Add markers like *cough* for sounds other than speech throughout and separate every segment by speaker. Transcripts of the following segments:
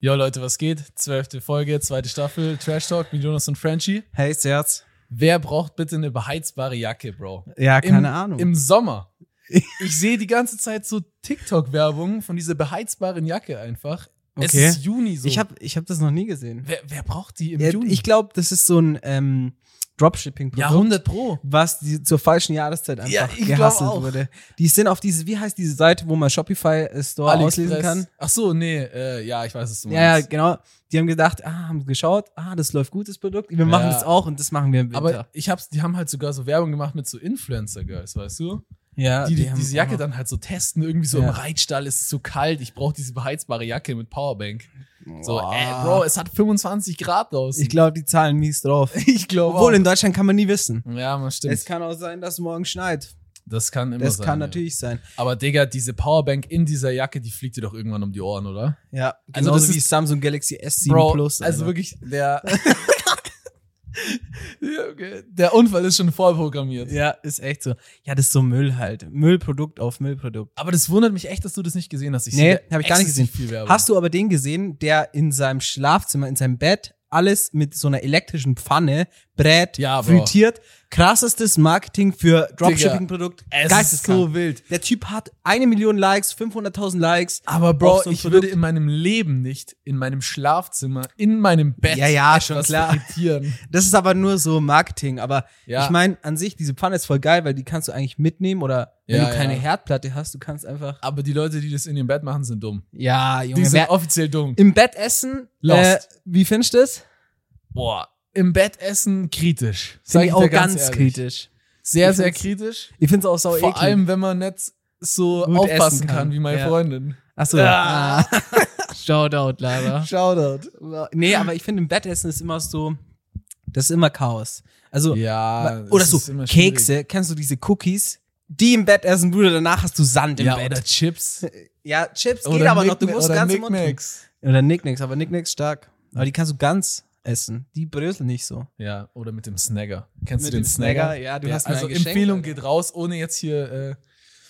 Speaker 1: Jo Leute, was geht? Zwölfte Folge, zweite Staffel, Trash Talk mit Jonas und Frenchie.
Speaker 2: Hey, Serz.
Speaker 1: Wer braucht bitte eine beheizbare Jacke, Bro?
Speaker 2: Ja,
Speaker 1: Im-
Speaker 2: keine Ahnung.
Speaker 1: Im Sommer. Ich sehe die ganze Zeit so TikTok-Werbung von dieser beheizbaren Jacke einfach. Es
Speaker 2: Okay.
Speaker 1: ist Juni so.
Speaker 2: Ich habe ich hab das noch nie gesehen.
Speaker 1: wer, wer braucht die im
Speaker 2: Ja,
Speaker 1: Juni?
Speaker 2: ich glaube, das ist so ein ähm,
Speaker 1: ja,
Speaker 2: Dropshipping-Produkt,
Speaker 1: 100 Pro.
Speaker 2: was die zur falschen Jahreszeit einfach
Speaker 1: Ja, ich glaub
Speaker 2: gehasselt
Speaker 1: auch.
Speaker 2: wurde. Die sind auf diese, wie heißt diese Seite, wo man Shopify-Store auslesen kann?
Speaker 1: Ach so, nee. Äh, ja, ich weiß es. du
Speaker 2: Ja, ja,
Speaker 1: meinst.
Speaker 2: genau. Die haben gedacht, ah, haben geschaut, ah, das läuft gut, das Produkt. Wir machen
Speaker 1: Ja.
Speaker 2: das auch und das machen wir im Winter.
Speaker 1: Aber ich hab's, die haben halt sogar so Werbung gemacht mit so Influencer-Girls, weißt du?
Speaker 2: ja,
Speaker 1: die, die
Speaker 2: haben
Speaker 1: diese
Speaker 2: auch
Speaker 1: Jacke
Speaker 2: noch-
Speaker 1: dann halt so testen, irgendwie so
Speaker 2: Ja.
Speaker 1: im Reitstall ist es zu kalt, ich brauche diese beheizbare Jacke mit Powerbank. So,
Speaker 2: Boah.
Speaker 1: ey, Bro, es hat 25 Grad draußen.
Speaker 2: Ich glaube, die zahlen mies drauf.
Speaker 1: *laughs* ich glaube
Speaker 2: Obwohl, in Deutschland kann man nie wissen.
Speaker 1: Ja, man stimmt.
Speaker 2: Es kann auch sein, dass morgen schneit.
Speaker 1: das kann immer
Speaker 2: Das
Speaker 1: sein.
Speaker 2: kann
Speaker 1: ja.
Speaker 2: natürlich sein.
Speaker 1: Aber Digga, diese Powerbank in dieser Jacke, die fliegt dir doch irgendwann um die Ohren, oder?
Speaker 2: Ja,
Speaker 1: Also
Speaker 2: also
Speaker 1: das
Speaker 2: das wie
Speaker 1: ist-
Speaker 2: Samsung Galaxy S7
Speaker 1: Bro,
Speaker 2: Plus.
Speaker 1: also
Speaker 2: Alter.
Speaker 1: wirklich,
Speaker 2: *laughs*
Speaker 1: der Ja, okay. Der Unfall ist schon vorprogrammiert.
Speaker 2: Ja, ist echt so. Ja, das ist so Müll halt. Müllprodukt auf Müllprodukt.
Speaker 1: Aber das wundert mich echt, dass du das nicht gesehen hast. Ich
Speaker 2: Nee,
Speaker 1: sehe da
Speaker 2: habe ich gar nicht
Speaker 1: exzessiv
Speaker 2: gesehen.
Speaker 1: Viel Werbung.
Speaker 2: Hast du aber den gesehen, der in seinem Schlafzimmer, in seinem Bett alles mit so einer elektrischen Pfanne brät,
Speaker 1: Ja, Bro.
Speaker 2: frittiert? Krassestes Marketing für Dropshipping-Produkt.
Speaker 1: es ist
Speaker 2: Geisteskrank.
Speaker 1: so wild.
Speaker 2: Der Typ hat eine Million Likes, 500.000 Likes.
Speaker 1: Aber
Speaker 2: auf
Speaker 1: Bro,
Speaker 2: so ein
Speaker 1: ich
Speaker 2: Produkt.
Speaker 1: würde in meinem Leben nicht in meinem Schlafzimmer, in meinem Bett
Speaker 2: Ja, ja, schon
Speaker 1: etwas
Speaker 2: klar.
Speaker 1: irritieren.
Speaker 2: Das ist aber nur so Marketing. Aber
Speaker 1: Ja.
Speaker 2: ich meine, an sich, diese Pfanne ist voll geil, weil die kannst du eigentlich mitnehmen oder wenn
Speaker 1: Ja,
Speaker 2: du keine
Speaker 1: ja.
Speaker 2: Herdplatte hast, du kannst einfach.
Speaker 1: Aber die Leute, die das in ihrem Bett machen, sind dumm.
Speaker 2: Ja, Junge,
Speaker 1: Die sind
Speaker 2: wer-
Speaker 1: offiziell dumm.
Speaker 2: Im Bett essen?
Speaker 1: Lost.
Speaker 2: Äh, wie findest du es?
Speaker 1: Boah, im Bett essen kritisch. Sag
Speaker 2: Sag ich
Speaker 1: dir
Speaker 2: auch ganz,
Speaker 1: ehrlich.
Speaker 2: kritisch.
Speaker 1: Sehr,
Speaker 2: Ich
Speaker 1: sehr
Speaker 2: find's
Speaker 1: kritisch.
Speaker 2: Ich find's auch sau
Speaker 1: Vor
Speaker 2: eklig.
Speaker 1: allem, wenn man nicht so
Speaker 2: Gut
Speaker 1: aufpassen
Speaker 2: essen
Speaker 1: kann.
Speaker 2: kann.
Speaker 1: wie meine
Speaker 2: Ja.
Speaker 1: Freundin.
Speaker 2: Achso.
Speaker 1: Ah. *laughs*
Speaker 2: Shoutout, Lara.
Speaker 1: Shoutout.
Speaker 2: ah. Nee, aber ich finde, im Bettessen ist immer so, das ist immer Chaos. Also,
Speaker 1: Ja,
Speaker 2: ma- oder
Speaker 1: es
Speaker 2: so
Speaker 1: ist immer schwierig.
Speaker 2: Kekse, kennst du diese Cookies? Die im Bett essen, Bruder, danach hast du Sand im
Speaker 1: ja,
Speaker 2: Bett.
Speaker 1: oder Chips.
Speaker 2: ja, Chips
Speaker 1: oder
Speaker 2: geht aber noch, du
Speaker 1: Nickna-
Speaker 2: musst
Speaker 1: oder
Speaker 2: ganz im Mund tun.
Speaker 1: Nicknacks.
Speaker 2: Oder Nicknacks, aber Nicknacks stark. Aber die kannst du ganz essen. Die bröseln nicht so.
Speaker 1: Ja, oder mit dem Snagger. Kennst
Speaker 2: Mit
Speaker 1: du den
Speaker 2: dem Snagger?
Speaker 1: Snagger?
Speaker 2: Ja, Ah, du hast mir
Speaker 1: Also
Speaker 2: ein Geschenk,
Speaker 1: Empfehlung
Speaker 2: Alter.
Speaker 1: geht raus, ohne jetzt hier äh,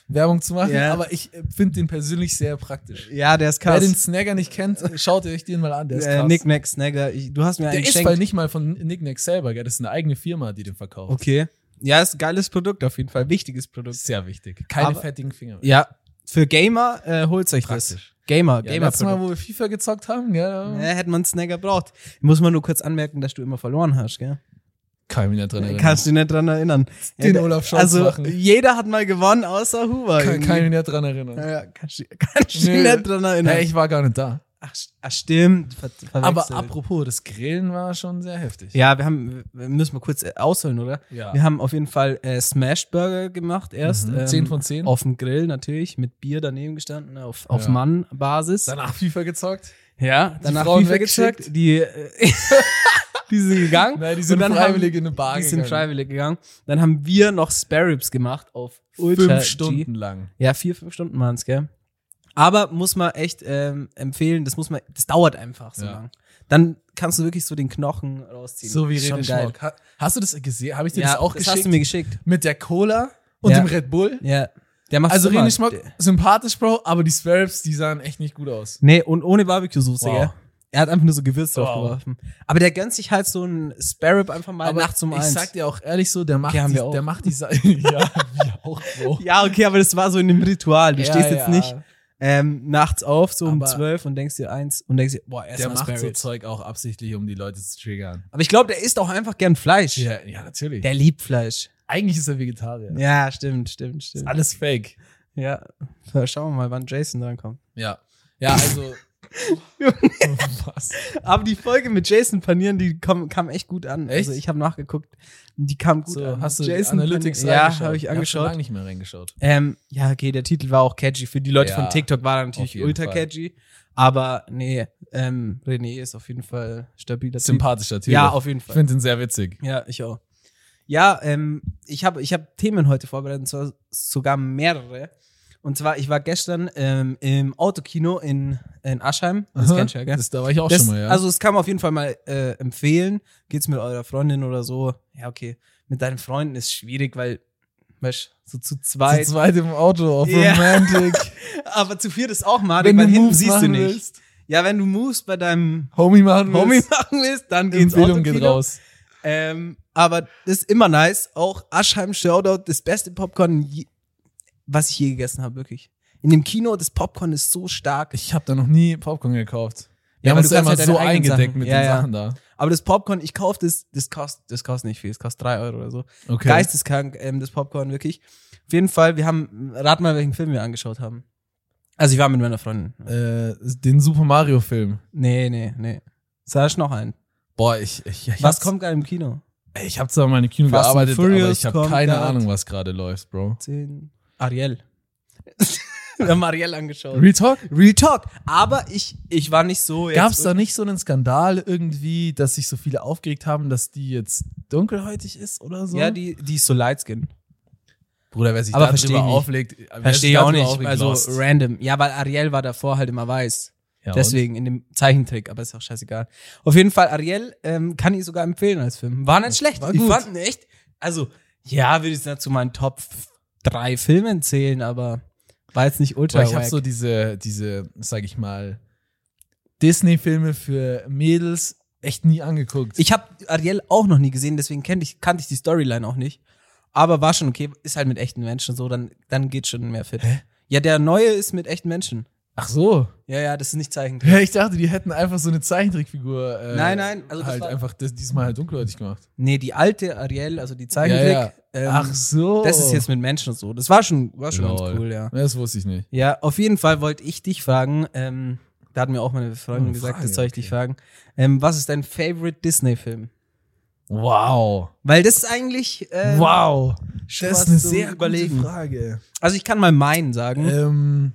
Speaker 1: Werbung zu machen,
Speaker 2: Ja.
Speaker 1: aber ich finde den persönlich sehr praktisch.
Speaker 2: Ja, der ist
Speaker 1: Wer
Speaker 2: krass.
Speaker 1: den Snagger nicht kennt, äh, schaut euch den mal an, der ist
Speaker 2: äh,
Speaker 1: krass.
Speaker 2: Nicknacks, Snagger. Ich, du hast mir
Speaker 1: der
Speaker 2: einen
Speaker 1: ist
Speaker 2: geschenkt.
Speaker 1: weil nicht mal von Nicknack selber, gell? das ist eine eigene Firma, die den verkauft.
Speaker 2: Okay. Ja, ist ein geiles Produkt auf jeden Fall. Wichtiges Produkt.
Speaker 1: Sehr wichtig. Keine
Speaker 2: Aber-
Speaker 1: fettigen Finger.
Speaker 2: Ja, für Gamer äh, holt euch
Speaker 1: Praktisch.
Speaker 2: das. Gamer,
Speaker 1: Ja,
Speaker 2: Gamer.
Speaker 1: letztes Mal, wo wir FIFA gezockt haben, gell?
Speaker 2: äh, hätte man einen Snagger braucht. Muss man nur kurz anmerken, dass du immer verloren hast, gell?
Speaker 1: Kann ich mich nicht dran erinnern.
Speaker 2: Kannst du dich nicht dran erinnern.
Speaker 1: genau. Den
Speaker 2: da-
Speaker 1: Olaf Scholz
Speaker 2: Also,
Speaker 1: machen.
Speaker 2: jeder hat mal gewonnen, außer Huber.
Speaker 1: kann,
Speaker 2: irgendwie.
Speaker 1: kann ich mich nicht dran erinnern.
Speaker 2: ja, kannst du kannst du dich
Speaker 1: Nö.
Speaker 2: nicht dran erinnern.
Speaker 1: Ja, ich war gar nicht da.
Speaker 2: ach, st- ach, stimmt. Ver
Speaker 1: Aber
Speaker 2: verwechselt.
Speaker 1: apropos, das Grillen war schon sehr heftig.
Speaker 2: Ja, wir haben, wir müssen wir kurz äh, ausholen, oder?
Speaker 1: Ja.
Speaker 2: Wir haben auf jeden Fall äh, Smash Burger gemacht erst. ähm,
Speaker 1: Mhm. 10 von 10.
Speaker 2: Auf dem Grill natürlich, mit Bier daneben gestanden, auf, auf
Speaker 1: Ja.
Speaker 2: Mann-Basis.
Speaker 1: Danach FIFA gezockt.
Speaker 2: Ja, danach
Speaker 1: Frauen
Speaker 2: FIFA
Speaker 1: weggeschickt.
Speaker 2: gecheckt. Die, äh, *laughs* die sind gegangen.
Speaker 1: Nein, die sind freiwillig in eine Bar
Speaker 2: Die sind
Speaker 1: gegangen.
Speaker 2: freiwillig gegangen. Dann haben wir noch Spare Ribs gemacht auf Ultra
Speaker 1: Fünf Stunden lang.
Speaker 2: G. Ja, vier, fünf Stunden waren's, gell? Aber muss man echt ähm, empfehlen, das muss man, das dauert einfach so
Speaker 1: Ja.
Speaker 2: lang. Dann kannst du wirklich so den Knochen rausziehen.
Speaker 1: So wie
Speaker 2: Ist
Speaker 1: Rede Schmock. Ha- Hast du das gesehen? Habe ich dir
Speaker 2: Ja,
Speaker 1: das auch
Speaker 2: das
Speaker 1: geschickt?
Speaker 2: hast du mir geschickt.
Speaker 1: Mit der Cola und
Speaker 2: Ja.
Speaker 1: dem Red Bull?
Speaker 2: Ja. Der macht
Speaker 1: Also Rede
Speaker 2: immer.
Speaker 1: Schmock, sympathisch, Bro, aber die Sparrows, die sahen echt nicht gut aus.
Speaker 2: Nee, und ohne Barbecue-Soße,
Speaker 1: Wow.
Speaker 2: gell? Er hat einfach nur so Gewürz
Speaker 1: Wow.
Speaker 2: draufgeworfen. Aber der gönnt sich halt so ein Spare Rib einfach mal
Speaker 1: Aber
Speaker 2: nachts um
Speaker 1: ich
Speaker 2: eins.
Speaker 1: sag dir auch ehrlich so, der macht
Speaker 2: Okay, haben
Speaker 1: die,
Speaker 2: wir auch.
Speaker 1: der macht die Sa *laughs* Ja, wir auch,
Speaker 2: *laughs*
Speaker 1: Bro.
Speaker 2: Ja, okay, aber das war so in dem Ritual. Du
Speaker 1: Ja,
Speaker 2: stehst
Speaker 1: ja.
Speaker 2: jetzt nicht ähm, nachts auf, so um
Speaker 1: Aber-
Speaker 2: zwölf und denkst dir eins und denkst dir, boah,
Speaker 1: Der
Speaker 2: erstmal
Speaker 1: macht
Speaker 2: Spare
Speaker 1: so
Speaker 2: Ribs.
Speaker 1: Zeug auch absichtlich, um die Leute zu triggern.
Speaker 2: Aber ich glaube, der isst auch einfach gern Fleisch.
Speaker 1: Ja, ja natürlich.
Speaker 2: Der liebt Fleisch.
Speaker 1: Eigentlich ist er Vegetarier.
Speaker 2: Ja, stimmt, stimmt,
Speaker 1: Ist
Speaker 2: stimmt.
Speaker 1: alles fake.
Speaker 2: Ja, So, schauen wir mal, wann Jason dran kommt.
Speaker 1: Ja. Ja, also. Was?
Speaker 2: *laughs* Aber die Folge mit Jason Panieren, die kam, kam echt gut an.
Speaker 1: Echt?
Speaker 2: Also ich habe nachgeguckt, die kam gut
Speaker 1: So,
Speaker 2: an.
Speaker 1: hast du
Speaker 2: Jason
Speaker 1: Jason Analytics
Speaker 2: Panier- Ja,
Speaker 1: reingeschaut?
Speaker 2: habe ich
Speaker 1: schon lange
Speaker 2: angeschaut.
Speaker 1: nicht mehr reingeschaut.
Speaker 2: Ähm, ja, okay, der Titel war auch catchy. Für die Leute
Speaker 1: Ja,
Speaker 2: von TikTok war er
Speaker 1: auf
Speaker 2: natürlich
Speaker 1: jeden
Speaker 2: ultra
Speaker 1: Fall.
Speaker 2: catchy. Aber nee, ähm, René ist auf jeden Fall stabiler Typ.
Speaker 1: Sympathischer Typ.
Speaker 2: Ja, auf jeden
Speaker 1: Ich
Speaker 2: Fall.
Speaker 1: finde ihn sehr witzig.
Speaker 2: Ja, ich auch. Ja, ähm, ich habe ich hab Themen heute vorbereitet, und zwar sogar mehrere. Und zwar, ich war gestern ähm, im Autokino in, in Aschheim. Das
Speaker 1: Aha.
Speaker 2: kennst du ja, gell?
Speaker 1: Das, da war ich auch
Speaker 2: Das-
Speaker 1: schon mal, ja.
Speaker 2: Also, das kann man auf jeden Fall mal äh, empfehlen. Geht's mit eurer Freundin oder so? Ja, okay. Mit deinen Freunden ist schwierig, weil, weißt du, so zu
Speaker 1: zu
Speaker 2: zweit.
Speaker 1: zweit im Auto auf
Speaker 2: Ja.
Speaker 1: Romantic.
Speaker 2: Aber zu viert ist auch mal,
Speaker 1: Wenn
Speaker 2: weil
Speaker 1: du
Speaker 2: hinten
Speaker 1: Moves
Speaker 2: siehst du
Speaker 1: machen
Speaker 2: nicht.
Speaker 1: willst.
Speaker 2: Ja, wenn du Moves bei deinem
Speaker 1: Homie machen
Speaker 2: *laughs*
Speaker 1: willst,
Speaker 2: Homie machen willst, dann
Speaker 1: die
Speaker 2: geht's
Speaker 1: Empfehlung geht
Speaker 2: Autokino.
Speaker 1: raus.
Speaker 2: Ähm, aber das ist immer nice. Auch Aschheim Shoutout, das beste Popcorn, je- was ich je gegessen habe, wirklich. In dem Kino, das Popcorn ist so stark.
Speaker 1: Ich habe da noch nie Popcorn gekauft. Wir
Speaker 2: Ja,
Speaker 1: haben
Speaker 2: weil
Speaker 1: uns
Speaker 2: du
Speaker 1: da
Speaker 2: kannst
Speaker 1: immer
Speaker 2: halt deine
Speaker 1: so
Speaker 2: eigenen
Speaker 1: eingedeckt
Speaker 2: Sachen.
Speaker 1: mit
Speaker 2: Ja,
Speaker 1: den
Speaker 2: ja.
Speaker 1: Sachen da.
Speaker 2: Aber das Popcorn, ich kaufe das, das kostet, das kostet nicht viel, das kostet drei Euro oder so.
Speaker 1: Okay.
Speaker 2: Geisteskrank, ähm, das Popcorn, wirklich. Auf jeden Fall, wir haben, rat mal, welchen Film wir angeschaut haben. Also ich war mit meiner Freundin.
Speaker 1: Äh, den Super Mario Film.
Speaker 2: Nee, nee, nee. Sag ich noch einen.
Speaker 1: Boah, ich, ich, ich
Speaker 2: Was
Speaker 1: hab's-
Speaker 2: kommt gerade im Kino?
Speaker 1: Ey, Ich habe zwar mal in Kino
Speaker 2: Fast and
Speaker 1: gearbeitet, aber
Speaker 2: Furious
Speaker 1: ich habe
Speaker 2: kommt
Speaker 1: keine
Speaker 2: grad.
Speaker 1: Ahnung, was gerade läuft, Bro.
Speaker 2: Zehn. Ariel. *laughs* wir haben Ariel angeschaut.
Speaker 1: Real Talk?
Speaker 2: Real Talk. Aber ich, ich war nicht so jetzt.
Speaker 1: Gab's da nicht so einen Skandal irgendwie, dass sich so viele aufgeregt haben, dass die jetzt dunkelhäutig ist oder so?
Speaker 2: Ja, die, die ist so Lightskin.
Speaker 1: Bruder, wer sich
Speaker 2: Aber
Speaker 1: da
Speaker 2: versteh ich
Speaker 1: drüber
Speaker 2: nicht.
Speaker 1: auflegt, wer sich
Speaker 2: Verstehe
Speaker 1: da
Speaker 2: auch
Speaker 1: drüber
Speaker 2: nicht.
Speaker 1: aufregt,
Speaker 2: Also
Speaker 1: lost.
Speaker 2: random. Ja, weil Ariel war davor halt immer weiß.
Speaker 1: Ja, und?
Speaker 2: Deswegen in dem Zeichentrick, aber ist auch scheißegal. Auf jeden Fall, Ariel ähm, kann ich sogar empfehlen als Film. War nicht schlecht.
Speaker 1: War
Speaker 2: ich
Speaker 1: gut.
Speaker 2: fand ihn echt. Also, ja, würde ich dazu meinen Top 3 Filmen zählen, aber war jetzt nicht ultra
Speaker 1: Weil ich habe
Speaker 2: wack.
Speaker 1: so diese, diese, sag ich mal, Disney-Filme für Mädels echt nie angeguckt.
Speaker 2: Ich habe Ariel auch noch nie gesehen, deswegen kennt ich, kannte ich die Storyline auch nicht. Aber war schon okay, ist halt mit echten Menschen so, dann, dann geht schon mehr fit.
Speaker 1: Hä?
Speaker 2: Ja, der neue ist mit echten Menschen.
Speaker 1: Ach so.
Speaker 2: Ja, ja, das ist nicht Zeichentrick.
Speaker 1: Ja, ich dachte, die hätten einfach so eine Zeichentrickfigur. Äh,
Speaker 2: Nein, nein, also das
Speaker 1: halt
Speaker 2: war-
Speaker 1: einfach das, diesmal halt dunkelhäutig gemacht.
Speaker 2: Nee, die alte Ariel, also die Zeichentrick.
Speaker 1: Ja, ja.
Speaker 2: Ähm,
Speaker 1: Ach so.
Speaker 2: Das ist jetzt mit Menschen und so. Das war schon, war schon
Speaker 1: Lol.
Speaker 2: ganz cool, ja.
Speaker 1: Das wusste ich nicht.
Speaker 2: Ja, auf jeden Fall wollte ich dich fragen, ähm, da hat mir auch meine Freundin
Speaker 1: Eine
Speaker 2: gesagt,
Speaker 1: Hm, Frage,
Speaker 2: das soll ich dich
Speaker 1: okay.
Speaker 2: fragen. Ähm, was ist dein favorite Disney-Film?
Speaker 1: Wow.
Speaker 2: Weil das ist eigentlich. Ähm,
Speaker 1: wow.
Speaker 2: schon
Speaker 1: Das
Speaker 2: was
Speaker 1: ist eine
Speaker 2: zum
Speaker 1: sehr
Speaker 2: Überlegen.
Speaker 1: gute Frage.
Speaker 2: Also ich kann mal meinen sagen,
Speaker 1: Ähm,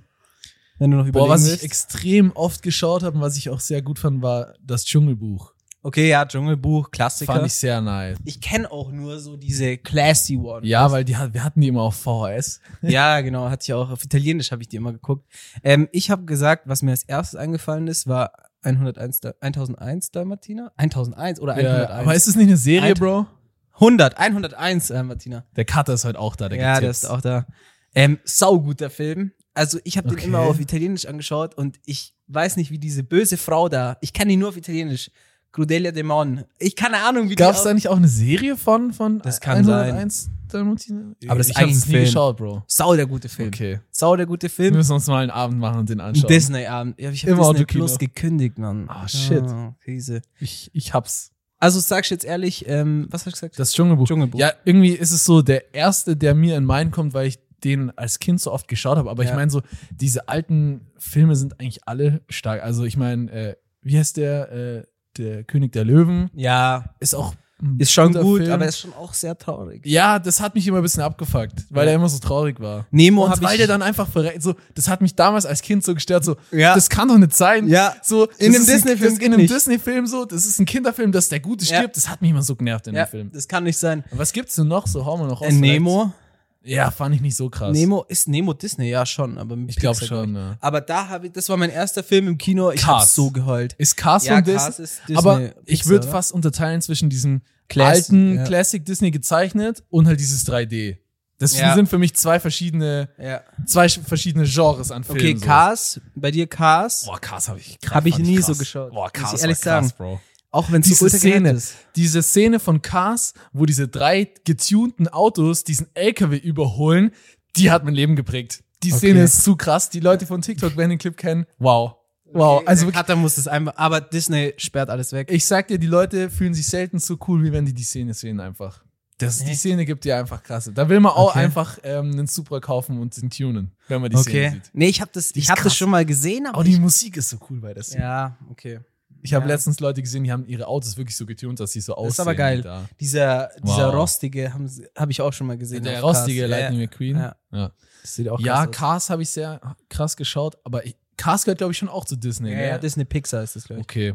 Speaker 2: wenn du noch überlegen
Speaker 1: boah, was ich
Speaker 2: willst.
Speaker 1: extrem oft geschaut habe und was ich auch sehr gut fand, war das Dschungelbuch.
Speaker 2: Okay, ja, Dschungelbuch, Klassiker.
Speaker 1: Fand ich sehr nice.
Speaker 2: ich kenne auch nur so diese classy Ones.
Speaker 1: Ja, weil die, hat- wir hatten die immer auf VHS.
Speaker 2: ja, genau, hatte ich auch. Auf Italienisch habe ich die immer geguckt. Ähm, ich habe gesagt, was mir als erstes eingefallen ist, war 101, da, 1001 da, Martina? 1001 oder 101?
Speaker 1: Ja, aber ist es nicht eine Serie,
Speaker 2: Ein-
Speaker 1: Bro?
Speaker 2: 100, 101, äh, Martina.
Speaker 1: Der Cutter ist heute auch da. Der
Speaker 2: ja,
Speaker 1: gibt
Speaker 2: der
Speaker 1: Tipps.
Speaker 2: ist auch da. Ähm, sauguter Film. Also ich habe
Speaker 1: Okay.
Speaker 2: den immer auf Italienisch angeschaut und ich weiß nicht, wie diese böse Frau da, ich kann die nur auf Italienisch. Crudelia Demon. Ich keine Ahnung, wie
Speaker 1: Gab's
Speaker 2: die
Speaker 1: da nicht auch eine Serie von? von
Speaker 2: Das kann sein. Äh,
Speaker 1: der Routine?
Speaker 2: Aber das ist
Speaker 1: ich hab's
Speaker 2: eigentlich ein
Speaker 1: nie
Speaker 2: Film.
Speaker 1: geschaut, Bro.
Speaker 2: Sau der gute Film.
Speaker 1: Okay.
Speaker 2: Sau der gute
Speaker 1: Wir
Speaker 2: Film.
Speaker 1: müssen uns mal einen Abend machen und den
Speaker 2: Ein
Speaker 1: anschauen.
Speaker 2: Disney-Abend. Ja, ich hab
Speaker 1: Im
Speaker 2: Disney
Speaker 1: Autokino.
Speaker 2: Plus gekündigt, Mann.
Speaker 1: Ah, shit.
Speaker 2: Ah, Krise.
Speaker 1: Ich, ich hab's.
Speaker 2: Also sagst du jetzt ehrlich, ähm, was hast du gesagt?
Speaker 1: Das Dschungelbuch.
Speaker 2: Dschungelbuch.
Speaker 1: Ja, irgendwie ist es so der erste, der mir in meinen kommt, weil ich den als Kind so oft geschaut habe. Aber ich
Speaker 2: Ja.
Speaker 1: meine so, diese alten Filme sind eigentlich alle stark. Also ich meine, äh, wie heißt der? Äh, der König der Löwen.
Speaker 2: ja,
Speaker 1: Ist auch ein
Speaker 2: ist schon
Speaker 1: guter
Speaker 2: gut,
Speaker 1: Film.
Speaker 2: aber ist schon auch sehr traurig.
Speaker 1: Ja, das hat mich immer ein bisschen abgefuckt, weil
Speaker 2: Ja.
Speaker 1: er immer so traurig war.
Speaker 2: Nemo
Speaker 1: Und
Speaker 2: hab
Speaker 1: weil
Speaker 2: ich-
Speaker 1: der dann einfach verreckt, so, das hat mich damals als Kind so gestört, so,
Speaker 2: Ja.
Speaker 1: das kann doch nicht sein.
Speaker 2: Ja.
Speaker 1: So,
Speaker 2: In
Speaker 1: das
Speaker 2: einem
Speaker 1: ist ein-
Speaker 2: Disney-Film
Speaker 1: das-
Speaker 2: geht
Speaker 1: In einem
Speaker 2: nicht.
Speaker 1: Disney-Film so, das ist ein Kinderfilm, dass der Gute
Speaker 2: Ja.
Speaker 1: stirbt, das hat mich immer so genervt in
Speaker 2: ja,
Speaker 1: dem Film. Äh,
Speaker 2: das kann nicht sein.
Speaker 1: Aber Was gibt's denn noch? So, hau mal noch raus.
Speaker 2: Äh, Nemo.
Speaker 1: vielleicht. Ja, fand ich nicht so krass.
Speaker 2: Nemo ist Nemo Disney, ja schon, aber mit
Speaker 1: Ich glaub
Speaker 2: Pixar,
Speaker 1: schon,
Speaker 2: ich.
Speaker 1: ja.
Speaker 2: Aber da habe ich, das war mein erster Film im Kino. Ich habe
Speaker 1: Cars.
Speaker 2: so geheult.
Speaker 1: Ist Cars
Speaker 2: Ja,
Speaker 1: von Disney?
Speaker 2: Cars ist Disney-
Speaker 1: aber ich
Speaker 2: Pixar, ne?
Speaker 1: würde
Speaker 2: oder?
Speaker 1: fast unterteilen zwischen diesem
Speaker 2: Classic,
Speaker 1: alten
Speaker 2: ja.
Speaker 1: Classic Disney gezeichnet und halt dieses 3D. Das
Speaker 2: Ja.
Speaker 1: sind für mich zwei verschiedene,
Speaker 2: Ja.
Speaker 1: zwei sch- verschiedene Genres an Filmen.
Speaker 2: Okay,
Speaker 1: so.
Speaker 2: Cars. Bei dir Cars.
Speaker 1: Boah, Cars habe ich
Speaker 2: Hab ich
Speaker 1: fand
Speaker 2: nie
Speaker 1: krass.
Speaker 2: so geschaut,
Speaker 1: Boah,
Speaker 2: muss ich
Speaker 1: Cars
Speaker 2: ehrlich
Speaker 1: war krass,
Speaker 2: sagen.
Speaker 1: Bro.
Speaker 2: Auch wenn es so
Speaker 1: Diese
Speaker 2: ultra
Speaker 1: Szene,
Speaker 2: gehypt ist.
Speaker 1: diese Szene von Cars, wo diese drei getunten Autos diesen LKW überholen, die hat mein Leben geprägt. Die Szene
Speaker 2: Okay.
Speaker 1: ist zu krass. Die Leute von TikTok werden den Clip kennen. Wow. Wow.
Speaker 2: Okay,
Speaker 1: also
Speaker 2: der
Speaker 1: wirklich,
Speaker 2: Cutter muss das einfach. Aber Disney sperrt alles weg.
Speaker 1: ich sag dir, die Leute fühlen sich selten so cool, wie wenn die die Szene sehen einfach. Das, die
Speaker 2: Echt?
Speaker 1: Szene gibt dir einfach krasse. Da will man auch
Speaker 2: Okay.
Speaker 1: einfach ähm, einen Supra kaufen und den tunen, wenn man die Szene
Speaker 2: okay.
Speaker 1: sieht.
Speaker 2: Nee, ich habe das, ich
Speaker 1: ist
Speaker 2: habe das
Speaker 1: krass.
Speaker 2: schon mal gesehen, aber
Speaker 1: Auch die
Speaker 2: ich,
Speaker 1: Musik ist so cool bei der Szene.
Speaker 2: ja, okay.
Speaker 1: Ich habe
Speaker 2: Ja.
Speaker 1: letztens Leute gesehen, die haben ihre Autos wirklich so getunt, dass sie so aussehen.
Speaker 2: Das ist aber geil.
Speaker 1: Da.
Speaker 2: Dieser, dieser
Speaker 1: Wow.
Speaker 2: rostige habe hab ich auch schon mal gesehen.
Speaker 1: Der
Speaker 2: auf Cars.
Speaker 1: rostige Lightning McQueen.
Speaker 2: Ja.
Speaker 1: Ja, ja.
Speaker 2: Das sieht auch krass
Speaker 1: Cars habe ich sehr krass geschaut, aber ich, Cars gehört, glaube ich, schon auch zu Disney.
Speaker 2: aus. Ja,
Speaker 1: ne?
Speaker 2: ja, Disney Pixar ist das, glaube ich.
Speaker 1: okay.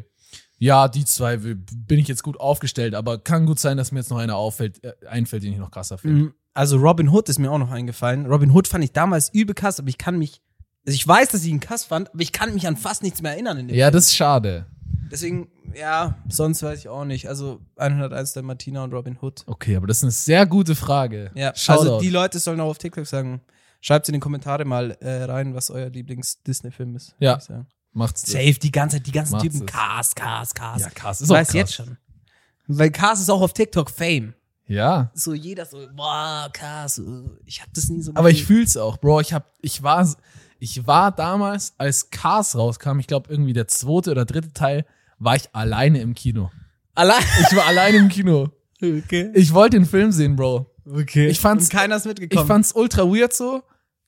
Speaker 1: Ja, die zwei w- bin ich jetzt gut aufgestellt, aber kann gut sein, dass mir jetzt noch einer auffällt, äh, einfällt, den ich noch krasser finde.
Speaker 2: Mhm. Also Robin Hood ist mir auch noch eingefallen. Robin Hood fand ich damals übel krass, aber ich kann mich, also ich weiß, dass ich ihn krass fand, aber ich kann mich an fast nichts mehr erinnern. In dem
Speaker 1: Ja, das ist schade.
Speaker 2: Deswegen, ja, sonst weiß ich auch nicht. Also 101 der Martina und Robin Hood.
Speaker 1: Okay, aber das ist eine sehr gute Frage.
Speaker 2: Ja, also
Speaker 1: Shoutout.
Speaker 2: die Leute sollen auch auf TikTok sagen, schreibt in die Kommentare mal äh, rein, was euer Lieblings-Disney-Film ist. würd
Speaker 1: Ja.
Speaker 2: ich sagen.
Speaker 1: Macht's das.
Speaker 2: Safe, die ganze Zeit, die ganzen
Speaker 1: Macht's
Speaker 2: Typen.
Speaker 1: es.
Speaker 2: Cars, Cars, Cars.
Speaker 1: Ja, Cars ist
Speaker 2: Ich
Speaker 1: auch
Speaker 2: weiß
Speaker 1: krass.
Speaker 2: jetzt schon. Weil Cars ist auch auf TikTok Fame.
Speaker 1: Ja.
Speaker 2: So jeder so, boah, Cars. uh, Ich hab das nie so
Speaker 1: Aber ich
Speaker 2: gesehen.
Speaker 1: fühl's auch, Bro. Ich hab, ich war, ich war damals, als Cars rauskam, ich glaube irgendwie der zweite oder dritte Teil, war ich alleine im Kino.
Speaker 2: Allein.
Speaker 1: Ich war alleine im Kino.
Speaker 2: Okay.
Speaker 1: Ich wollte den Film sehen, Bro.
Speaker 2: okay.
Speaker 1: Ich fand's-
Speaker 2: Und keiner ist
Speaker 1: Ich
Speaker 2: mitgekommen.
Speaker 1: fand's ultra weird so.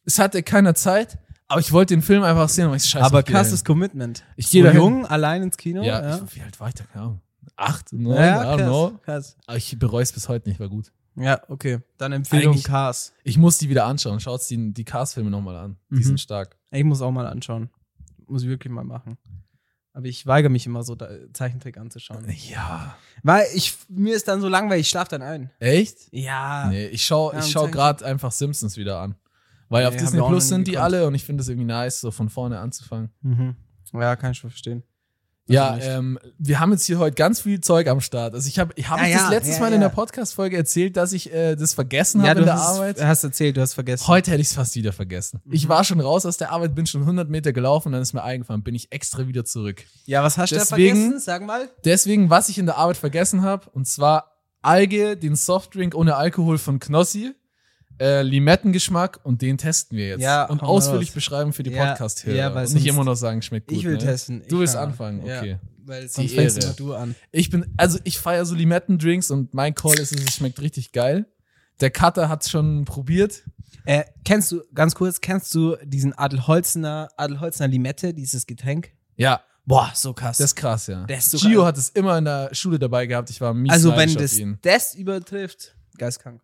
Speaker 1: Es hatte keiner Zeit, aber ich wollte den Film einfach sehen. Aber ich scheiße.
Speaker 2: aber
Speaker 1: ich geh dahin.
Speaker 2: krasses Commitment.
Speaker 1: Ich geh
Speaker 2: So
Speaker 1: dahin.
Speaker 2: jung, allein ins Kino.
Speaker 1: Ja,
Speaker 2: ja.
Speaker 1: Ich, wie alt war ich da? Keine Ahnung. Acht, neun,
Speaker 2: Ja,
Speaker 1: I don't know.
Speaker 2: krass, krass.
Speaker 1: Aber ich bereue es bis heute nicht, war gut.
Speaker 2: Ja, okay. Dann Empfehlung
Speaker 1: Eigentlich-
Speaker 2: Cars.
Speaker 1: Ich muss die wieder anschauen. Schaut die, die Cars-Filme nochmal an. Die
Speaker 2: Mhm.
Speaker 1: sind stark.
Speaker 2: Ich muss auch mal anschauen. Muss ich wirklich mal machen. Aber ich weigere mich immer so, da, Zeichentrick anzuschauen.
Speaker 1: Ja.
Speaker 2: Weil ich, mir ist dann so langweilig, ich schlafe dann ein.
Speaker 1: Echt?
Speaker 2: Ja.
Speaker 1: Nee, ich schau,
Speaker 2: Ah. Ja,
Speaker 1: ich
Speaker 2: und
Speaker 1: schau
Speaker 2: zeig-
Speaker 1: gerade einfach Simpsons wieder an. Weil auf
Speaker 2: Nee,
Speaker 1: Disney
Speaker 2: hab ich auch
Speaker 1: Plus
Speaker 2: noch nie
Speaker 1: sind die
Speaker 2: gekonnt.
Speaker 1: alle und ich finde es irgendwie nice, so von vorne anzufangen.
Speaker 2: Mhm. Ja, kann ich schon verstehen. Also
Speaker 1: ja,
Speaker 2: nicht.
Speaker 1: ähm, wir haben jetzt hier heute ganz viel Zeug am Start. Also ich habe ich hab
Speaker 2: Ja,
Speaker 1: euch das
Speaker 2: ja,
Speaker 1: letztes
Speaker 2: ja,
Speaker 1: Mal in der
Speaker 2: ja.
Speaker 1: Podcast-Folge erzählt, dass ich äh, das vergessen
Speaker 2: Ja,
Speaker 1: habe
Speaker 2: du
Speaker 1: in der
Speaker 2: hast,
Speaker 1: Arbeit.
Speaker 2: hast erzählt, du hast vergessen.
Speaker 1: Heute hätte ich es fast wieder vergessen. Ich
Speaker 2: Mhm.
Speaker 1: war schon raus aus der Arbeit, bin schon 100 Meter gelaufen, dann ist mir eingefallen, bin ich extra wieder zurück.
Speaker 2: Ja, was hast
Speaker 1: Deswegen-
Speaker 2: du da vergessen? Sag mal.
Speaker 1: Deswegen, was ich in der Arbeit vergessen habe, und zwar Alge, den Softdrink ohne Alkohol von Knossi, äh, Limettengeschmack und den testen wir jetzt.
Speaker 2: Ja,
Speaker 1: und
Speaker 2: hau mal
Speaker 1: ausführlich
Speaker 2: raus.
Speaker 1: beschreiben für die
Speaker 2: Ja,
Speaker 1: Podcast-Hörer.
Speaker 2: ja, weil
Speaker 1: und nicht
Speaker 2: sonst-
Speaker 1: immer noch sagen, schmeckt gut.
Speaker 2: ich will
Speaker 1: ne?
Speaker 2: testen. Ich
Speaker 1: Du willst
Speaker 2: fang an.
Speaker 1: anfangen,
Speaker 2: Ja.
Speaker 1: okay.
Speaker 2: Weil sonst
Speaker 1: Die
Speaker 2: fängst
Speaker 1: Ehre.
Speaker 2: immer du an.
Speaker 1: Ich bin, also ich feiere so Limettendrinks und mein Call ist, es es schmeckt richtig geil. Der Cutter hat's schon probiert.
Speaker 2: Äh, kennst du, ganz kurz, kennst du diesen Adelholzner, Adelholzner Limette, dieses Getränk?
Speaker 1: Ja,
Speaker 2: Boah, so krass.
Speaker 1: das ist krass, ja.
Speaker 2: Der ist so
Speaker 1: Gio
Speaker 2: geil.
Speaker 1: hat es immer in der Schule dabei gehabt. Ich war mies
Speaker 2: also, wenn
Speaker 1: neidisch auf
Speaker 2: das,
Speaker 1: ihn.
Speaker 2: das übertrifft, geistkrank.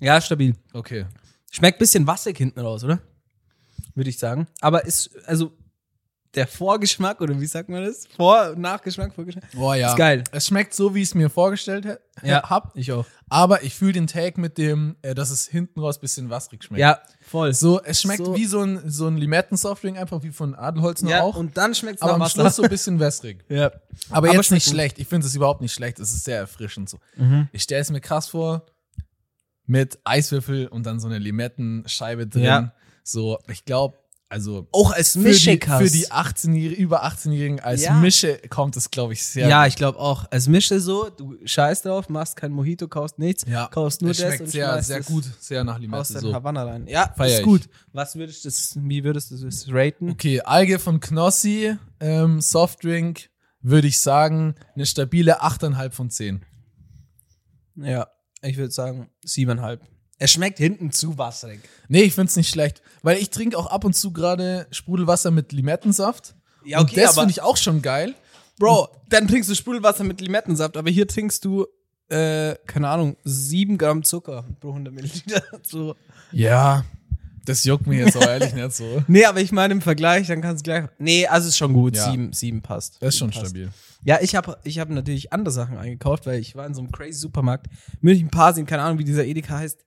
Speaker 2: Ja, stabil.
Speaker 1: Okay.
Speaker 2: Schmeckt bisschen wassig hinten raus, oder? Würde ich sagen. Aber ist, also, der Vorgeschmack, oder wie sagt man das? Vor, Nachgeschmack, Vorgeschmack.
Speaker 1: Boah, ja.
Speaker 2: Ist geil.
Speaker 1: Es schmeckt so, wie ich es mir vorgestellt hä-
Speaker 2: Ja.
Speaker 1: hab.
Speaker 2: Ich auch.
Speaker 1: Aber ich fühle den Tag mit dem, äh, dass es hinten raus bisschen wasserig schmeckt.
Speaker 2: Ja, voll.
Speaker 1: So, es schmeckt
Speaker 2: So.
Speaker 1: wie so ein, so ein Limettensoftdrink, einfach wie von Adelholzner
Speaker 2: ja,
Speaker 1: auch.
Speaker 2: und dann schmeckt es
Speaker 1: Aber
Speaker 2: nach
Speaker 1: am
Speaker 2: Wasser.
Speaker 1: Schluss so ein bisschen wässrig.
Speaker 2: *laughs* ja.
Speaker 1: Aber,
Speaker 2: Aber
Speaker 1: jetzt
Speaker 2: schmeckt
Speaker 1: nicht
Speaker 2: gut.
Speaker 1: schlecht. Ich finde es überhaupt nicht schlecht. Es ist sehr erfrischend so.
Speaker 2: Mhm.
Speaker 1: Ich stelle es mir krass vor, mit Eiswürfel und dann so eine Limettenscheibe drin.
Speaker 2: Ja.
Speaker 1: So, ich glaube, also
Speaker 2: Auch als
Speaker 1: für die,
Speaker 2: Mischekass.
Speaker 1: für die 18-Jährigen, über 18-Jährigen als
Speaker 2: Ja.
Speaker 1: Mische kommt es, glaube ich, sehr
Speaker 2: Ja, ich glaube auch. Als Mische so, du scheißt drauf, machst kein Mojito, kaufst nichts,
Speaker 1: Ja.
Speaker 2: kaufst nur
Speaker 1: es
Speaker 2: das
Speaker 1: schmeckt
Speaker 2: und
Speaker 1: sehr,
Speaker 2: schmeißt
Speaker 1: sehr
Speaker 2: es
Speaker 1: gut, sehr nach
Speaker 2: aus
Speaker 1: Limette.
Speaker 2: der
Speaker 1: So.
Speaker 2: Havanna rein. Ja,
Speaker 1: Feier ich.
Speaker 2: ist gut. Was würdest du das, wie würdest du das raten?
Speaker 1: Okay, Alge von Knossi, ähm, Softdrink, würde ich sagen, eine stabile 8,5 von 10.
Speaker 2: Ja, ich würde sagen siebeneinhalb. Es schmeckt hinten zu wasserig.
Speaker 1: Nee, ich find's nicht schlecht, weil ich trinke auch ab und zu gerade Sprudelwasser mit Limettensaft.
Speaker 2: Ja,
Speaker 1: und das finde ich auch schon geil.
Speaker 2: Bro, dann trinkst du Sprudelwasser mit Limettensaft, aber hier trinkst du, äh, keine Ahnung, sieben Gramm Zucker pro 100 Milliliter. *laughs* So.
Speaker 1: Ja, das juckt mir jetzt auch ehrlich nicht so.
Speaker 2: Nee, aber ich meine im Vergleich, dann kannst du gleich. Nee, also ist schon gut.
Speaker 1: Ja.
Speaker 2: Sieben, sieben passt.
Speaker 1: Das ist schon
Speaker 2: Sieben passt.
Speaker 1: stabil.
Speaker 2: Ja, ich habe ich hab natürlich andere Sachen eingekauft, weil ich war in so einem crazy Supermarkt. München Parsing, keine Ahnung, wie dieser Edeka heißt.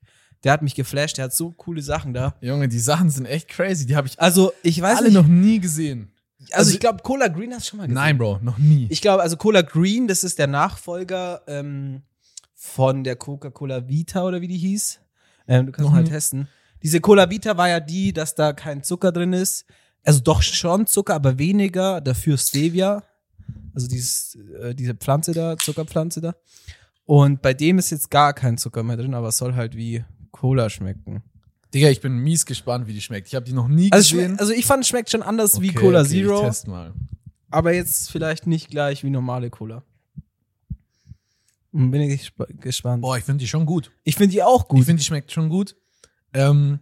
Speaker 2: Der hat mich geflasht, der hat so coole Sachen da.
Speaker 1: Junge, die Sachen sind echt crazy. Die habe ich
Speaker 2: Also, ich weiß
Speaker 1: alle
Speaker 2: nicht.
Speaker 1: noch nie gesehen.
Speaker 2: also, ich glaube, Cola Green hast du schon mal gesehen.
Speaker 1: Nein, Bro, noch nie.
Speaker 2: Ich glaube, also Cola Green, das ist der Nachfolger ähm, von der Coca-Cola Vita oder wie die hieß. Ähm, du kannst
Speaker 1: Noch
Speaker 2: mal
Speaker 1: nie.
Speaker 2: testen. Diese Cola Vita war ja die, dass da kein Zucker drin ist. Also doch schon Zucker, aber weniger. Dafür Stevia. Also dieses, äh, diese Pflanze da, Zuckerpflanze da. Und bei dem ist jetzt gar kein Zucker mehr drin, aber es soll halt wie Cola schmecken.
Speaker 1: Digga, ich bin mies gespannt, wie die schmeckt. Ich habe die noch nie
Speaker 2: Also, es
Speaker 1: gesehen.
Speaker 2: schmeckt- also ich fand, es schmeckt schon anders wie
Speaker 1: Okay,
Speaker 2: Cola
Speaker 1: okay, Ich
Speaker 2: Zero,
Speaker 1: test mal.
Speaker 2: aber jetzt vielleicht nicht gleich wie normale Cola. Hm, Bin ich gespa- gespannt.
Speaker 1: Boah, ich finde die schon gut.
Speaker 2: Ich finde die auch
Speaker 1: Ich
Speaker 2: gut.
Speaker 1: finde, die schmeckt schon gut. Ähm,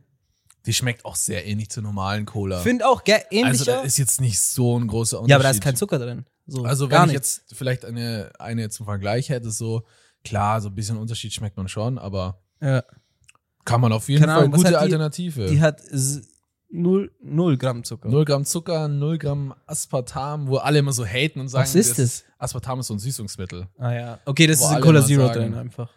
Speaker 1: die schmeckt auch sehr ähnlich zur normalen Cola.
Speaker 2: Finde auch gell,
Speaker 1: also da
Speaker 2: ähnlicher.
Speaker 1: ist jetzt nicht so ein großer Unterschied.
Speaker 2: ja, aber da ist kein Zucker drin. So,
Speaker 1: Also
Speaker 2: gar
Speaker 1: wenn ich
Speaker 2: nichts.
Speaker 1: jetzt vielleicht eine, eine zum Vergleich hätte, so klar, so ein bisschen Unterschied schmeckt man schon, aber
Speaker 2: Ja.
Speaker 1: kann man auf jeden
Speaker 2: Keine
Speaker 1: Fall
Speaker 2: Ahnung, was
Speaker 1: gute
Speaker 2: hat die- Die
Speaker 1: Alternative.
Speaker 2: hat 0, null Gramm Zucker.
Speaker 1: Null Gramm Zucker, null Gramm Aspartam, wo alle immer so haten und sagen,
Speaker 2: Was ist das?
Speaker 1: Aspartam ist so ein Süßungsmittel.
Speaker 2: Ah ja. Okay, das
Speaker 1: Wo
Speaker 2: ist in
Speaker 1: alle
Speaker 2: Cola
Speaker 1: mal
Speaker 2: Zero
Speaker 1: sagen.
Speaker 2: drin einfach.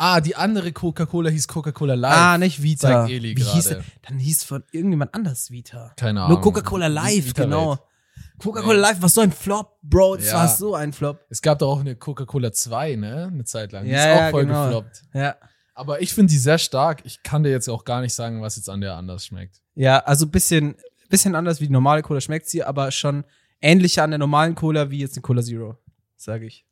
Speaker 1: Ah, die andere Coca-Cola hieß Coca-Cola Light.
Speaker 2: Ah, nicht Vita.
Speaker 1: Zeigt Eli
Speaker 2: Wie hieß
Speaker 1: gerade.
Speaker 2: der? Dann hieß von irgendjemand anders Vita.
Speaker 1: Keine Ahnung.
Speaker 2: Nur Coca-Cola Live,
Speaker 1: Vita
Speaker 2: genau.
Speaker 1: Welt.
Speaker 2: Coca-Cola
Speaker 1: Nee.
Speaker 2: Live, was so ein Flop, Bro. Das
Speaker 1: Ja.
Speaker 2: war so ein Flop.
Speaker 1: Es gab doch auch eine Coca-Cola 2, ne? Eine Zeit lang. Die
Speaker 2: Ja,
Speaker 1: ist auch
Speaker 2: ja,
Speaker 1: voll
Speaker 2: genau.
Speaker 1: gefloppt.
Speaker 2: Ja.
Speaker 1: Aber ich finde die sehr stark. Ich kann dir jetzt auch gar nicht sagen, was jetzt an der anders schmeckt.
Speaker 2: Ja, also bisschen, bisschen anders wie die normale Cola schmeckt sie, aber schon ähnlicher an der normalen Cola wie jetzt eine Cola Zero, sage ich.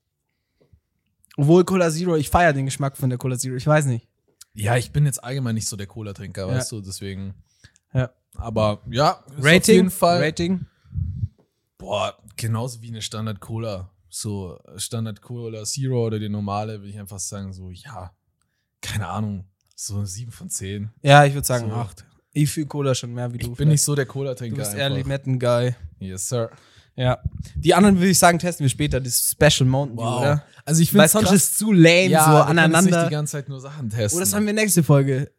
Speaker 2: Obwohl Cola Zero, ich feiere den Geschmack von der Cola Zero, ich weiß nicht.
Speaker 1: Ja, ich bin jetzt allgemein nicht so der Cola-Trinker,
Speaker 2: Ja.
Speaker 1: weißt du, deswegen.
Speaker 2: Ja.
Speaker 1: Aber ja, ist auf
Speaker 2: Rating,
Speaker 1: jeden Fall.
Speaker 2: Rating.
Speaker 1: boah, genauso wie eine Standard-Cola. So Standard-Cola Zero oder die normale, würde ich einfach sagen, so, ja, keine Ahnung, so 7 von 10.
Speaker 2: Ja, ich würde sagen
Speaker 1: So.
Speaker 2: acht. Ich fühle Cola schon mehr wie du.
Speaker 1: Ich bin nicht so der Cola-Trinker.
Speaker 2: Du bist
Speaker 1: einfach.
Speaker 2: eher Limetten-Guy.
Speaker 1: Yes, sir.
Speaker 2: Ja. Die anderen würde ich sagen, testen wir später. Das Special Mountain Dew,
Speaker 1: Wow.
Speaker 2: oder?
Speaker 1: Also ich finde
Speaker 2: Weil
Speaker 1: es
Speaker 2: sonst
Speaker 1: krass.
Speaker 2: ist es zu lame,
Speaker 1: ja,
Speaker 2: so
Speaker 1: wir können jetzt Nicht die
Speaker 2: aneinander.
Speaker 1: ganze Zeit nur Sachen testen.
Speaker 2: Oder das haben wir nächste Folge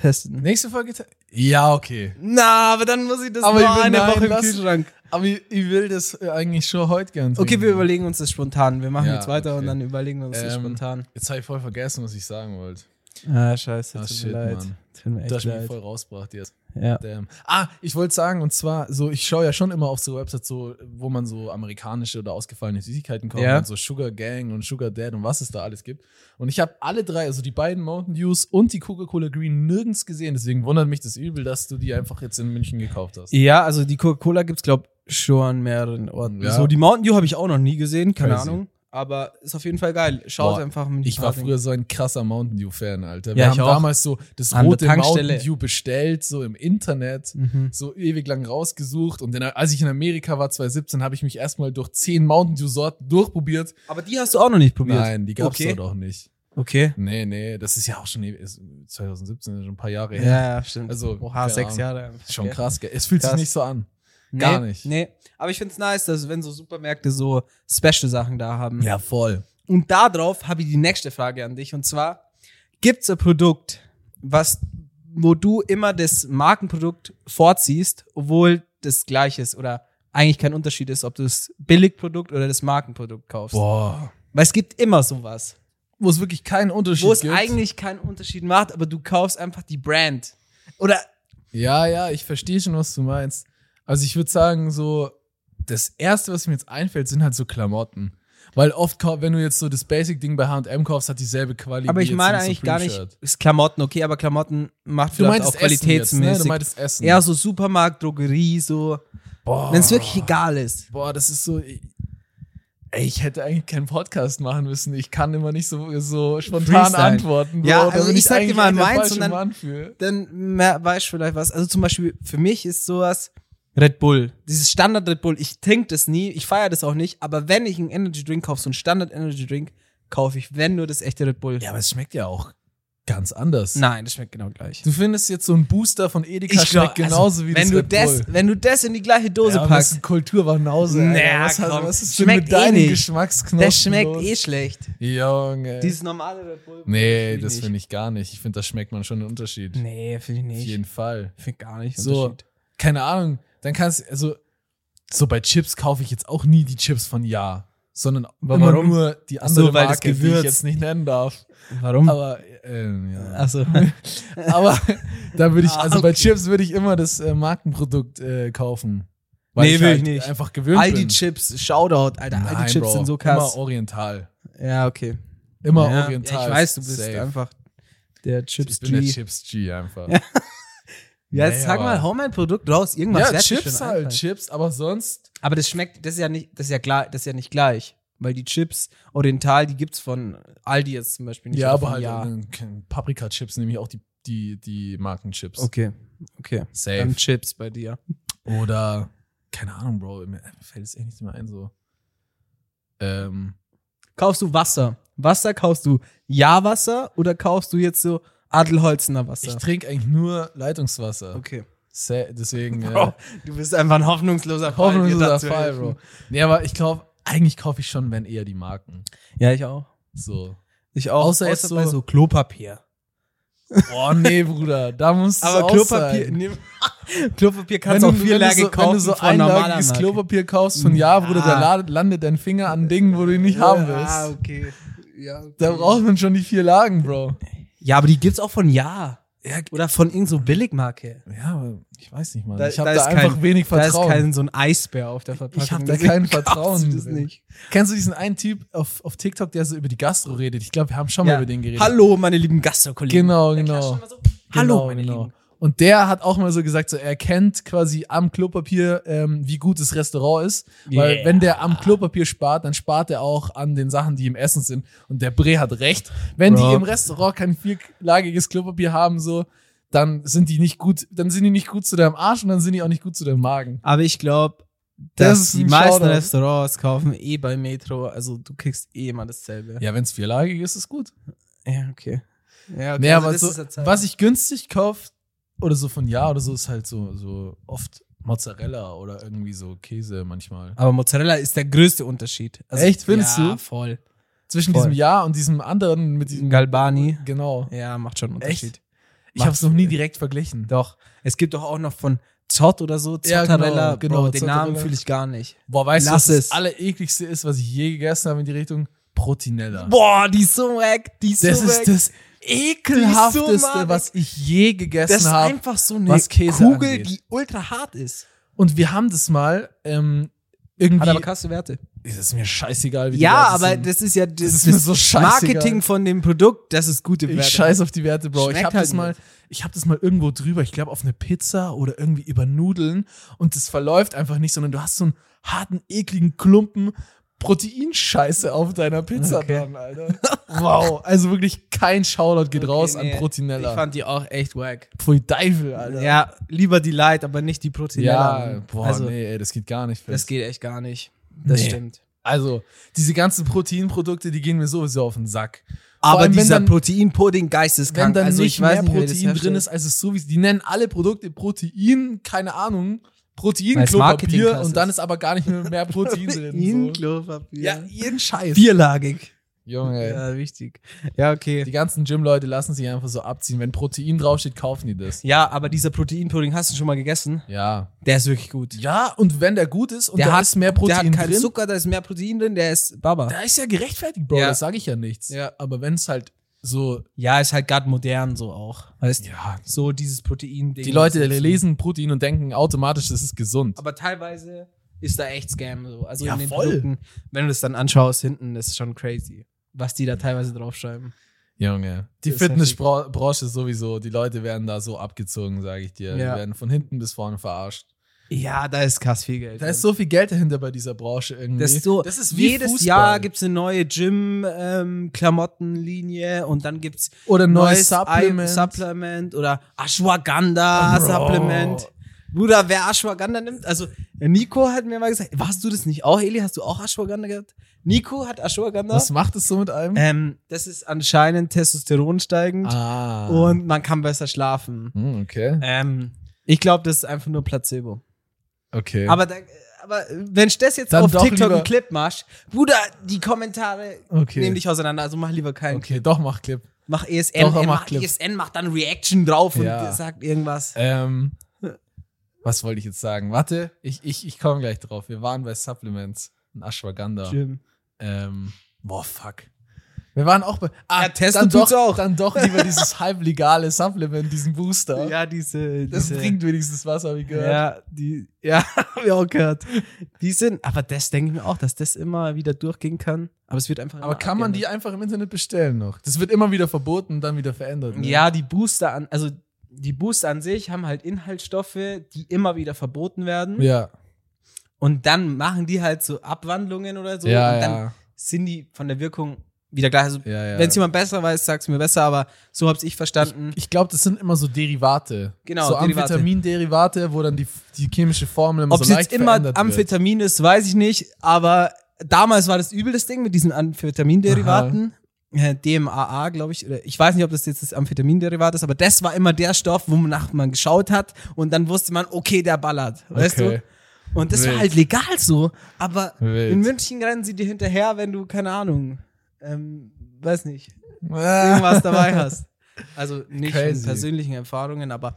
Speaker 2: testen.
Speaker 1: Nächste Folge. te- Ja, okay.
Speaker 2: Na, aber dann muss ich das
Speaker 1: Aber
Speaker 2: nur
Speaker 1: ich will
Speaker 2: eine
Speaker 1: nein
Speaker 2: Woche im
Speaker 1: lassen.
Speaker 2: Kühlschrank.
Speaker 1: Aber ich, ich will das äh, eigentlich schon heute gern.
Speaker 2: Okay,
Speaker 1: trinken.
Speaker 2: wir überlegen uns das spontan. Wir machen
Speaker 1: Ja,
Speaker 2: jetzt weiter und
Speaker 1: okay.
Speaker 2: dann überlegen wir uns das
Speaker 1: Ähm,
Speaker 2: spontan.
Speaker 1: Jetzt habe ich voll vergessen, was ich sagen wollte.
Speaker 2: Ah, scheiße,
Speaker 1: ah,
Speaker 2: tut
Speaker 1: shit,
Speaker 2: mir leid.
Speaker 1: Mann.
Speaker 2: Tut mir echt
Speaker 1: Das hat mich
Speaker 2: leid.
Speaker 1: voll rausgebracht jetzt.
Speaker 2: Ja.
Speaker 1: Damn. Ah, ich wollte sagen, und zwar, so, ich schaue ja schon immer auf so Websites, so, wo man so amerikanische oder ausgefallene Süßigkeiten kauft,
Speaker 2: Ja.
Speaker 1: und so Sugar Gang und Sugar Dad und was es da alles gibt. Und ich habe alle drei, also die beiden Mountain Dews und die Coca-Cola Green nirgends gesehen. Deswegen wundert mich das übel, dass du die einfach jetzt in München gekauft hast.
Speaker 2: ja, also die Coca-Cola gibt's glaub schon an mehreren Orten.
Speaker 1: Ja.
Speaker 2: So, die Mountain Dew habe ich auch noch nie gesehen, keine
Speaker 1: Crazy.
Speaker 2: Ahnung. Aber ist auf jeden Fall geil. Schaut
Speaker 1: Boah,
Speaker 2: einfach mit
Speaker 1: Ich war
Speaker 2: Party.
Speaker 1: früher so ein krasser Mountain Dew-Fan, Alter. Wir
Speaker 2: Ja, ich
Speaker 1: haben
Speaker 2: auch.
Speaker 1: damals so das
Speaker 2: An der
Speaker 1: rote
Speaker 2: Tankstelle.
Speaker 1: Mountain Dew bestellt, so im Internet.
Speaker 2: Mhm.
Speaker 1: so ewig lang rausgesucht und dann, als ich in Amerika war, 2017, habe ich mich erstmal durch zehn Mountain Dew Sorten durchprobiert.
Speaker 2: Aber die hast du auch noch nicht probiert.
Speaker 1: Nein, die gab's
Speaker 2: okay.
Speaker 1: dort auch nicht.
Speaker 2: Okay.
Speaker 1: Nee, nee, das ist ja auch schon ewig- ist 2017, ist schon ein paar Jahre
Speaker 2: Ja,
Speaker 1: her.
Speaker 2: ja, stimmt.
Speaker 1: Also,
Speaker 2: Oha,
Speaker 1: keine
Speaker 2: sechs
Speaker 1: Ahnung.
Speaker 2: Jahre.
Speaker 1: Schon
Speaker 2: Okay.
Speaker 1: krass, gell? Es fühlt
Speaker 2: Krass.
Speaker 1: sich nicht so an.
Speaker 2: Nee,
Speaker 1: Gar nicht.
Speaker 2: Nee. Aber ich find's nice, dass wenn so Supermärkte so Special-Sachen da haben.
Speaker 1: Ja, voll.
Speaker 2: Und darauf habe ich die nächste Frage an dich. Und zwar, gibt's ein Produkt, was, wo du immer das Markenprodukt vorziehst, obwohl das gleich ist oder eigentlich kein Unterschied ist, ob du das Billigprodukt oder das Markenprodukt kaufst?
Speaker 1: Boah.
Speaker 2: Weil es gibt immer sowas,
Speaker 1: Wo es wirklich keinen Unterschied
Speaker 2: wo es
Speaker 1: gibt.
Speaker 2: eigentlich keinen Unterschied macht, aber du kaufst einfach die Brand. Oder
Speaker 1: ja, ja, ich verstehe schon, was du meinst. Also ich würde sagen, so, das Erste, was mir jetzt einfällt, sind halt so Klamotten. Weil oft, kau- wenn du jetzt so das Basic-Ding bei H&M kaufst, hat dieselbe Qualität.
Speaker 2: Aber ich meine eigentlich gar nicht, ist Klamotten, okay, aber Klamotten macht
Speaker 1: Du
Speaker 2: vielleicht
Speaker 1: meintest
Speaker 2: auch
Speaker 1: Essen jetzt, ne? Du
Speaker 2: qualitätsmäßig.
Speaker 1: meintest Essen. Ah.
Speaker 2: Eher so Supermarkt, Drogerie, so,
Speaker 1: Boah.
Speaker 2: wenn es wirklich egal ist.
Speaker 1: Boah, das ist so. Ey, ich hätte eigentlich keinen Podcast machen müssen. Ich kann immer nicht so, so spontan
Speaker 2: Freestyle.
Speaker 1: antworten. Bro.
Speaker 2: Ja,
Speaker 1: Da
Speaker 2: also
Speaker 1: bin
Speaker 2: ich sag dir
Speaker 1: eigentlich
Speaker 2: mal
Speaker 1: echt der
Speaker 2: meins
Speaker 1: falsche
Speaker 2: und dann-
Speaker 1: Mann für.
Speaker 2: Dann mehr, weißt du vielleicht was. Also zum Beispiel, für mich ist sowas Red Bull. Dieses Standard Red Bull, ich trinke das nie, ich feiere das auch nicht, aber wenn ich einen Energy Drink kaufe, so einen Standard Energy Drink, kaufe ich, wenn nur das echte Red Bull.
Speaker 1: Ja, aber es schmeckt ja auch ganz anders.
Speaker 2: Nein, das schmeckt genau gleich.
Speaker 1: Du findest jetzt so ein Booster von Edeka schmeckt
Speaker 2: also,
Speaker 1: genauso wie
Speaker 2: wenn
Speaker 1: das
Speaker 2: du
Speaker 1: Red
Speaker 2: das,
Speaker 1: Bull.
Speaker 2: Wenn du das in die gleiche Dose
Speaker 1: ja,
Speaker 2: packst,
Speaker 1: Kulturwanause.
Speaker 2: Naja,
Speaker 1: was, hat-
Speaker 2: komm,
Speaker 1: was ist
Speaker 2: schmeckt
Speaker 1: denn
Speaker 2: eh
Speaker 1: mit deinen
Speaker 2: nicht.
Speaker 1: Geschmacksknospen
Speaker 2: das schmeckt
Speaker 1: los?
Speaker 2: eh schlecht.
Speaker 1: Junge.
Speaker 2: Dieses normale Red Bull.
Speaker 1: nee, das finde ich gar nicht. Ich finde, da schmeckt man schon einen Unterschied.
Speaker 2: eh Nee, finde ich
Speaker 1: Auf
Speaker 2: nicht.
Speaker 1: jeden Fall.
Speaker 2: Ich finde gar nicht
Speaker 1: So, keine Ahnung, dann kannst also so bei Chips kaufe ich jetzt auch nie die Chips von Ja, sondern
Speaker 2: Aber
Speaker 1: immer
Speaker 2: warum?
Speaker 1: nur die
Speaker 2: Ach so,
Speaker 1: andere
Speaker 2: weil das
Speaker 1: Marke, die
Speaker 2: Gewürz- Hm.
Speaker 1: ich jetzt nicht nennen darf.
Speaker 2: Warum?
Speaker 1: Aber ähm, ja. *laughs*
Speaker 2: Achso.
Speaker 1: aber *laughs* da würde ich
Speaker 2: Ah,
Speaker 1: also bei
Speaker 2: okay.
Speaker 1: Chips würde ich immer das äh, Markenprodukt äh, kaufen. halt
Speaker 2: Nee, will ich nicht.
Speaker 1: einfach gewöhnt
Speaker 2: All die
Speaker 1: bin.
Speaker 2: Chips, Shoutout, Alter.
Speaker 1: Nein,
Speaker 2: all die Chips
Speaker 1: Bro,
Speaker 2: sind so krass.
Speaker 1: Immer oriental.
Speaker 2: Ja, okay.
Speaker 1: Immer
Speaker 2: ja,
Speaker 1: oriental.
Speaker 2: Ja, ich weiß, du bist
Speaker 1: safe.
Speaker 2: einfach der
Speaker 1: ich
Speaker 2: Chips
Speaker 1: bin der
Speaker 2: G.
Speaker 1: Chips G einfach.
Speaker 2: Ja, *laughs* ja, jetzt
Speaker 1: Nee,
Speaker 2: sag mal,
Speaker 1: aber-
Speaker 2: hau mal ein Produkt raus. Irgendwas
Speaker 1: Ja,
Speaker 2: wird dir
Speaker 1: Chips
Speaker 2: schon
Speaker 1: halt,
Speaker 2: einfallen.
Speaker 1: Chips, aber sonst
Speaker 2: Aber das schmeckt, das ist ja nicht, das ist ja klar, das ist ja nicht gleich. Weil die Chips Oriental, die gibt's von Aldi jetzt zum Beispiel nicht.
Speaker 1: Ja,
Speaker 2: oder
Speaker 1: aber
Speaker 2: von
Speaker 1: halt
Speaker 2: Ja.
Speaker 1: äh, Paprika-Chips, nämlich auch die, die, die Markenchips.
Speaker 2: Okay, okay.
Speaker 1: Safe.
Speaker 2: Dann Chips bei dir.
Speaker 1: Oder, keine Ahnung, Bro, mir fällt es echt nicht mehr ein, so. Ähm,
Speaker 2: Kaufst du Wasser? Wasser kaufst du Ja-Wasser oder kaufst du jetzt so Adelholzener
Speaker 1: ich
Speaker 2: Wasser?
Speaker 1: trinke eigentlich nur Leitungswasser.
Speaker 2: Okay.
Speaker 1: Sa deswegen,
Speaker 2: *laughs*
Speaker 1: äh, *laughs*
Speaker 2: Bro,
Speaker 1: ja.
Speaker 2: du bist einfach ein hoffnungsloser Fall. dir
Speaker 1: Hoffnungsloser
Speaker 2: dazu
Speaker 1: Fall,
Speaker 2: helfen.
Speaker 1: Bro. Nee, aber ich glaube, eigentlich kaufe ich schon, wenn eher die Marken.
Speaker 2: Ja, ich auch.
Speaker 1: So.
Speaker 2: Ich auch.
Speaker 1: Außer jetzt so-
Speaker 2: Klopapier.
Speaker 1: Boah, nee, Bruder, da muss
Speaker 2: Aber
Speaker 1: es
Speaker 2: Klopapier,
Speaker 1: Sein.
Speaker 2: nee, *laughs* Klopapier kannst
Speaker 1: Wenn
Speaker 2: du
Speaker 1: du,
Speaker 2: auch viel
Speaker 1: wenn du
Speaker 2: Lage
Speaker 1: so,
Speaker 2: kaufen
Speaker 1: wenn du so
Speaker 2: von normaler
Speaker 1: einlagiges
Speaker 2: Marke.
Speaker 1: Klopapier kaufst von Ja, Bruder,
Speaker 2: Ja.
Speaker 1: da la- landet dein Finger an Dingen, wo du ihn nicht haben willst.
Speaker 2: Ah, okay. Ja, okay.
Speaker 1: Da braucht man schon die vier Lagen, Bro.
Speaker 2: ja, aber die gibt's auch von Ja.
Speaker 1: Ja,
Speaker 2: Oder von irgend so Billigmarke.
Speaker 1: ja aber ich weiß nicht, Mann.
Speaker 2: Da-
Speaker 1: ich habe
Speaker 2: da
Speaker 1: da,
Speaker 2: ist
Speaker 1: einfach
Speaker 2: kein-
Speaker 1: wenig Vertrauen.
Speaker 2: Da ist kein so ein Eisbär auf der Verpackung.
Speaker 1: ich habe da
Speaker 2: Deswegen
Speaker 1: kein
Speaker 2: kaufst
Speaker 1: Vertrauen.
Speaker 2: Du das
Speaker 1: drin.
Speaker 2: nicht.
Speaker 1: Kennst du diesen einen Typ auf, auf TikTok, der so über die Gastro redet? Ich glaube, wir haben schon mal über den geredet.
Speaker 2: Hallo, meine lieben Gastrokollegen.
Speaker 1: Genau,
Speaker 2: Der klatscht
Speaker 1: genau.
Speaker 2: immer so.
Speaker 1: genau
Speaker 2: Hallo, meine
Speaker 1: genau.
Speaker 2: Lieben.
Speaker 1: Und der hat auch mal so gesagt, so er kennt quasi am Klopapier, ähm, wie gut das Restaurant ist. Weil
Speaker 2: Yeah.
Speaker 1: wenn der am Klopapier spart, dann spart er auch an den Sachen, die im Essen sind. Und der Bre hat recht. Wenn
Speaker 2: Bro.
Speaker 1: die im Restaurant kein vierlagiges Klopapier haben, so, dann sind die nicht gut, dann sind die nicht gut zu deinem Arsch und dann sind die auch nicht gut zu deinem Magen.
Speaker 2: Aber ich glaube,
Speaker 1: Das
Speaker 2: dass
Speaker 1: ist
Speaker 2: die
Speaker 1: ein
Speaker 2: meisten
Speaker 1: Shoutout.
Speaker 2: Restaurants kaufen eh bei Metro. Also du kriegst eh immer dasselbe.
Speaker 1: Ja, wenn es vierlagig ist, ist gut.
Speaker 2: Ja, okay. Ja,
Speaker 1: Nee,
Speaker 2: also
Speaker 1: aber
Speaker 2: das
Speaker 1: so,
Speaker 2: ist jetzt halt-
Speaker 1: was ich günstig kaufe oder so von ja oder so, ist halt so, so oft Mozzarella oder irgendwie so Käse manchmal.
Speaker 2: aber Mozzarella ist der größte Unterschied. Also,
Speaker 1: Echt, findest
Speaker 2: ja,
Speaker 1: du?
Speaker 2: voll.
Speaker 1: Zwischen
Speaker 2: Voll.
Speaker 1: diesem Ja und diesem anderen mit diesem.
Speaker 2: Galbani.
Speaker 1: Genau.
Speaker 2: Ja, macht schon einen
Speaker 1: Echt?
Speaker 2: Unterschied.
Speaker 1: Ich habe es noch nie direkt verglichen.
Speaker 2: Doch. Es gibt doch auch noch von Zott oder so,
Speaker 1: Ja,
Speaker 2: Zottarella.
Speaker 1: genau, genau,
Speaker 2: Bro, den Namen
Speaker 1: Zottarella.
Speaker 2: fühle ich gar nicht.
Speaker 1: Boah, weißt
Speaker 2: Lass
Speaker 1: du, was
Speaker 2: es.
Speaker 1: das allerekligste ist, was ich je gegessen habe in die Richtung? Protinella.
Speaker 2: Boah, die ist so weg. Die ist
Speaker 1: das
Speaker 2: so
Speaker 1: ist
Speaker 2: weg.
Speaker 1: das ekelhafteste,
Speaker 2: madig.
Speaker 1: was ich je
Speaker 2: Das
Speaker 1: gegessen
Speaker 2: ist
Speaker 1: habe.
Speaker 2: einfach so eine
Speaker 1: was Käse
Speaker 2: Kugel,
Speaker 1: angeht.
Speaker 2: die ultra hart ist.
Speaker 1: Und wir haben das mal ähm, irgendwie.
Speaker 2: Hat aber krasse Werte.
Speaker 1: das ist mir scheißegal, wie die
Speaker 2: Ja,
Speaker 1: Werte
Speaker 2: aber
Speaker 1: sind.
Speaker 2: das ist ja das,
Speaker 1: ist
Speaker 2: das
Speaker 1: mir so scheißegal.
Speaker 2: Marketing von dem Produkt, das ist gute Werte.
Speaker 1: Ich scheiß auf die Werte, Bro. ich
Speaker 2: Schmeckt
Speaker 1: hab
Speaker 2: halt
Speaker 1: das mal, ich hab das mal irgendwo drüber. Ich glaube auf eine Pizza oder irgendwie über Nudeln und das verläuft einfach nicht, sondern du hast so einen harten, ekligen Klumpen Proteinscheiße auf deiner Pizza
Speaker 2: Okay.
Speaker 1: dran, Alter. *laughs* Wow, also wirklich kein Shoutout geht
Speaker 2: Okay,
Speaker 1: raus
Speaker 2: nee.
Speaker 1: an
Speaker 2: Ich
Speaker 1: Proteinella.
Speaker 2: fand die auch echt wack.
Speaker 1: Pfui Teufel, Alter.
Speaker 2: Ja, lieber die Light, aber nicht die Proteinella.
Speaker 1: Ja, boah,
Speaker 2: also,
Speaker 1: nee, ey, das geht gar nicht.
Speaker 2: das
Speaker 1: Fest.
Speaker 2: geht echt gar nicht. Das
Speaker 1: Nee.
Speaker 2: stimmt.
Speaker 1: Also, diese ganzen Proteinprodukte, die gehen mir sowieso auf den Sack. Vor
Speaker 2: Aber
Speaker 1: allem, wenn
Speaker 2: dieser
Speaker 1: dann-
Speaker 2: Proteinpudding geisteskrank.
Speaker 1: wenn dann
Speaker 2: also,
Speaker 1: nicht
Speaker 2: ich weiß
Speaker 1: mehr
Speaker 2: nicht, wer das
Speaker 1: Protein drin
Speaker 2: herstellt. *laughs*
Speaker 1: ist, als es so wie die nennen alle Produkte Protein, keine Ahnung, Protein,
Speaker 2: Weil's
Speaker 1: Klopapier
Speaker 2: Marketing-Klasse
Speaker 1: und dann
Speaker 2: ist.
Speaker 1: ist aber gar nicht mehr, mehr Protein drin. So.
Speaker 2: Klopapier.
Speaker 1: Ja, jeden Scheiß.
Speaker 2: Vierlagig.
Speaker 1: Junge, ey.
Speaker 2: Ja, wichtig. Ja, okay.
Speaker 1: die ganzen Gym-Leute lassen sich einfach so abziehen. Wenn Protein draufsteht, kaufen die das.
Speaker 2: Ja, aber dieser Proteinpudding hast du schon mal gegessen?
Speaker 1: Ja.
Speaker 2: Der ist wirklich gut.
Speaker 1: Ja, und wenn der gut ist und
Speaker 2: Der
Speaker 1: da
Speaker 2: hat-
Speaker 1: ist mehr Protein
Speaker 2: der hat keinen
Speaker 1: drin,
Speaker 2: Zucker, da ist mehr Protein drin, der ist Baba.
Speaker 1: da ist ja gerechtfertigt, Bro,
Speaker 2: Ja.
Speaker 1: das sage ich ja nichts.
Speaker 2: Ja.
Speaker 1: Aber wenn es halt so,
Speaker 2: Ja, ist halt gerade modern so auch. Weißt du?
Speaker 1: ja,
Speaker 2: So dieses Protein-Ding.
Speaker 1: die Leute
Speaker 2: Das ist-
Speaker 1: lesen Protein und denken automatisch, das ist gesund.
Speaker 2: Aber teilweise ist da echt Scam so. Also
Speaker 1: Ja,
Speaker 2: in den
Speaker 1: voll.
Speaker 2: Produkten, wenn du das dann anschaust, hinten das ist schon crazy. Was die da teilweise draufschreiben.
Speaker 1: Junge. Die
Speaker 2: Das ist
Speaker 1: Fitnessbranche sowieso, die Leute werden da so abgezogen, sage ich dir.
Speaker 2: Ja.
Speaker 1: Die werden von hinten bis vorne verarscht.
Speaker 2: Ja, da ist krass viel Geld.
Speaker 1: Da ist
Speaker 2: drin.
Speaker 1: so viel Geld dahinter bei dieser Branche irgendwie.
Speaker 2: das ist so,
Speaker 1: das ist wie
Speaker 2: jedes
Speaker 1: Fußball.
Speaker 2: Jahr gibt's eine neue Gym-Klamottenlinie und dann gibt's
Speaker 1: oder neues
Speaker 2: neues
Speaker 1: Supplement.
Speaker 2: Ei- Supplement oder Ashwagandha
Speaker 1: Bro.
Speaker 2: Supplement. Bruder, wer Ashwagandha nimmt, also Nico hat mir mal gesagt, warst du das nicht auch, Eli? Hast du auch Ashwagandha gehabt? Nico hat Ashwagandha.
Speaker 1: Was macht es so mit einem?
Speaker 2: Ähm, das ist anscheinend Testosteron steigend
Speaker 1: ah.
Speaker 2: und man kann besser schlafen.
Speaker 1: Hm, okay.
Speaker 2: Ähm, ich glaube, das ist einfach nur Placebo.
Speaker 1: Okay.
Speaker 2: Aber, da, aber wenn ich das jetzt
Speaker 1: Dann
Speaker 2: auf
Speaker 1: doch
Speaker 2: TikTok
Speaker 1: lieber-
Speaker 2: einen Clip machst, Bruder, die Kommentare
Speaker 1: Okay.
Speaker 2: nehmen dich auseinander. Also mach lieber keinen.
Speaker 1: okay, doch, mach Clip.
Speaker 2: Mach ESN,
Speaker 1: Doch, er
Speaker 2: äh,
Speaker 1: macht
Speaker 2: mach
Speaker 1: Clips.
Speaker 2: ESN, macht dann Reaction drauf
Speaker 1: Ja.
Speaker 2: und sagt irgendwas.
Speaker 1: Ähm, was wollte ich jetzt sagen? Warte, ich, ich, ich komme gleich drauf. Wir waren bei Supplements. Ein Ashwagandha.
Speaker 2: Jim.
Speaker 1: Ähm, boah, fuck. Wir waren auch bei. Ah,
Speaker 2: Ja, testen
Speaker 1: dann
Speaker 2: tut's
Speaker 1: doch,
Speaker 2: auch.
Speaker 1: Dann doch
Speaker 2: *laughs*
Speaker 1: lieber dieses halblegale Supplement, diesen Booster.
Speaker 2: Ja, diese,
Speaker 1: das
Speaker 2: diese
Speaker 1: bringt wenigstens was, habe ich gehört.
Speaker 2: Ja, die, ja, *laughs* hab ich auch gehört. Die sind, aber das denke ich mir auch, dass das immer wieder durchgehen kann. Aber es wird einfach.
Speaker 1: Aber
Speaker 2: immer
Speaker 1: kann man die
Speaker 2: abgeändert.
Speaker 1: einfach im Internet bestellen noch? Das wird immer wieder verboten, dann wieder verändert. ne?
Speaker 2: Ja, die Booster an, also die Booster an sich haben halt Inhaltsstoffe, die immer wieder verboten werden.
Speaker 1: Ja,
Speaker 2: Und dann machen die halt so Abwandlungen oder so.
Speaker 1: ja,
Speaker 2: und dann
Speaker 1: ja.
Speaker 2: sind die von der Wirkung wieder gleich. Also,
Speaker 1: ja, ja.
Speaker 2: wenn es jemand besser weiß, sag's mir besser, aber so hab's ich verstanden.
Speaker 1: ich glaube, das sind immer so Derivate.
Speaker 2: Genau,
Speaker 1: so
Speaker 2: Derivate.
Speaker 1: Amphetaminderivate, wo dann die, die chemische Formel immer
Speaker 2: Ob es
Speaker 1: so
Speaker 2: jetzt
Speaker 1: leicht
Speaker 2: immer
Speaker 1: verändert wird.
Speaker 2: Amphetamin ist, weiß ich nicht, aber damals war das übel das Ding mit diesen Amphetaminderivaten. Äh, DMAA, glaube ich. oder Ich weiß nicht, ob das jetzt das Amphetaminderivat ist, aber das war immer der Stoff, wonach man geschaut hat und dann wusste man, okay, der ballert. Weißt
Speaker 1: okay.
Speaker 2: du? Und das war
Speaker 1: Wild.
Speaker 2: halt legal so. Aber
Speaker 1: Wild.
Speaker 2: in München rennen sie dir hinterher, wenn du, keine Ahnung, ähm, weiß nicht,
Speaker 1: *laughs*
Speaker 2: irgendwas dabei hast. Also nicht von
Speaker 1: Crazy.
Speaker 2: persönlichen Erfahrungen, aber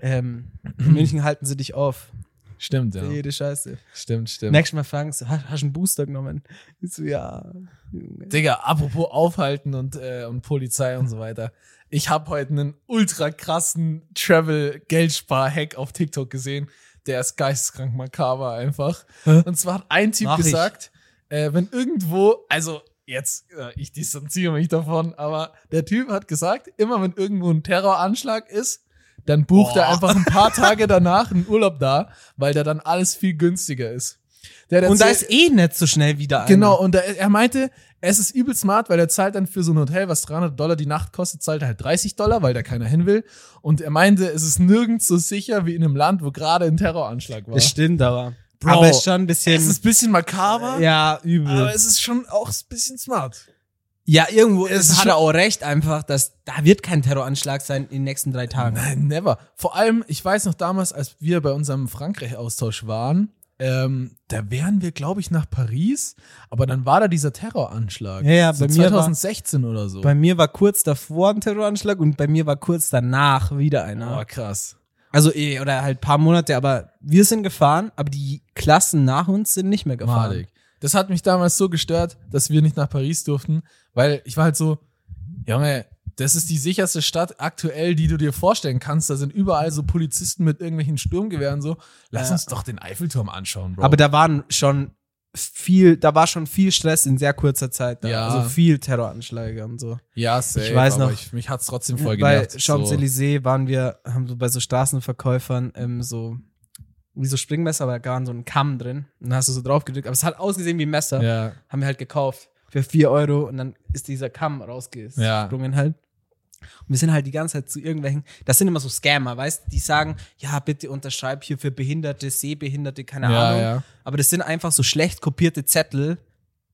Speaker 2: ähm,
Speaker 1: *clears throat*
Speaker 2: in München halten sie dich auf.
Speaker 1: *laughs* Stimmt, ja.
Speaker 2: Für jede Scheiße.
Speaker 1: Stimmt, stimmt.
Speaker 2: Nächstes Mal fragen sie, hast, hast du einen Booster genommen? Ich so, ja. Junge.
Speaker 1: Digga, apropos aufhalten und, äh, und Polizei und so weiter. Ich habe heute einen ultra krassen Travel-Geldspar-Hack auf TikTok gesehen. Der ist geisteskrank makaber einfach.
Speaker 2: Hä?
Speaker 1: Und zwar hat ein Typ
Speaker 2: Mach ich.
Speaker 1: gesagt, äh, wenn irgendwo, also jetzt, äh, ich distanziere mich davon, aber der Typ hat gesagt, immer wenn irgendwo ein Terroranschlag ist, dann bucht er
Speaker 2: Boah.
Speaker 1: einfach ein paar
Speaker 2: *laughs*
Speaker 1: Tage danach einen Urlaub da, weil da dann alles viel günstiger ist. Der hat
Speaker 2: Und da
Speaker 1: erzählt-
Speaker 2: ist eh nicht so schnell wieder einer.
Speaker 1: Genau, und er, er meinte, es ist übel smart, weil er zahlt dann für so ein Hotel, was 300 Dollar die Nacht kostet, zahlt er halt 30 Dollar, weil da keiner hin will. Und er meinte, es ist nirgends so sicher wie in einem Land, wo gerade ein Terroranschlag war.
Speaker 2: Das stimmt, aber.
Speaker 1: Bro,
Speaker 2: aber ist schon ein
Speaker 1: Es
Speaker 2: bisschen.
Speaker 1: ist ein bisschen makaber,
Speaker 2: ja, übel.
Speaker 1: aber es ist schon auch ein bisschen smart.
Speaker 2: ja, irgendwo
Speaker 1: es
Speaker 2: ist
Speaker 1: ist
Speaker 2: hat
Speaker 1: schon-
Speaker 2: er auch recht, einfach, dass da wird kein Terroranschlag sein in den nächsten drei Tagen.
Speaker 1: Nein, never. Vor allem, ich weiß noch damals, als wir bei unserem Frankreich-Austausch waren, ähm, da wären wir, glaube ich, nach Paris, aber dann war da dieser Terroranschlag.
Speaker 2: Ja, ja,
Speaker 1: so
Speaker 2: bei mir war-
Speaker 1: 2016 oder so.
Speaker 2: Bei mir war kurz davor ein Terroranschlag und bei mir war kurz danach wieder einer.
Speaker 1: oh, krass.
Speaker 2: Also eh, oder halt paar Monate, aber wir sind gefahren, aber die Klassen nach uns sind nicht mehr gefahren.
Speaker 1: Malig. Das hat mich damals so gestört, dass wir nicht nach Paris durften, weil ich war halt so, Junge, das ist die sicherste Stadt aktuell, die du dir vorstellen kannst. Da sind überall so Polizisten mit irgendwelchen Sturmgewehren so. Lass
Speaker 2: Ja.
Speaker 1: uns doch den Eiffelturm anschauen, Bro.
Speaker 2: Aber da waren schon viel, da war schon viel Stress in sehr kurzer Zeit da.
Speaker 1: Ja.
Speaker 2: Also viel Terroranschläge und so.
Speaker 1: ja, safe,
Speaker 2: ich weiß
Speaker 1: aber
Speaker 2: noch,
Speaker 1: ich, mich hat's trotzdem voll
Speaker 2: bei
Speaker 1: genervt.
Speaker 2: Champs-Élysées waren wir, haben so bei so Straßenverkäufern ähm, so, wie so Springmesser, aber da war so ein Kamm drin. Und dann hast du so drauf gedrückt. Aber es hat ausgesehen wie ein
Speaker 1: so.
Speaker 2: Messer.
Speaker 1: Ja,
Speaker 2: Haben wir halt gekauft für 4 Euro und dann ist dieser Kamm rausgesprungen halt. Und wir sind halt die ganze Zeit zu irgendwelchen, das sind immer so Scammer, weißt Die sagen, ja, bitte unterschreib hier für Behinderte, Sehbehinderte, keine
Speaker 1: ja,
Speaker 2: Ahnung.
Speaker 1: ja.
Speaker 2: Aber das sind einfach so schlecht kopierte Zettel,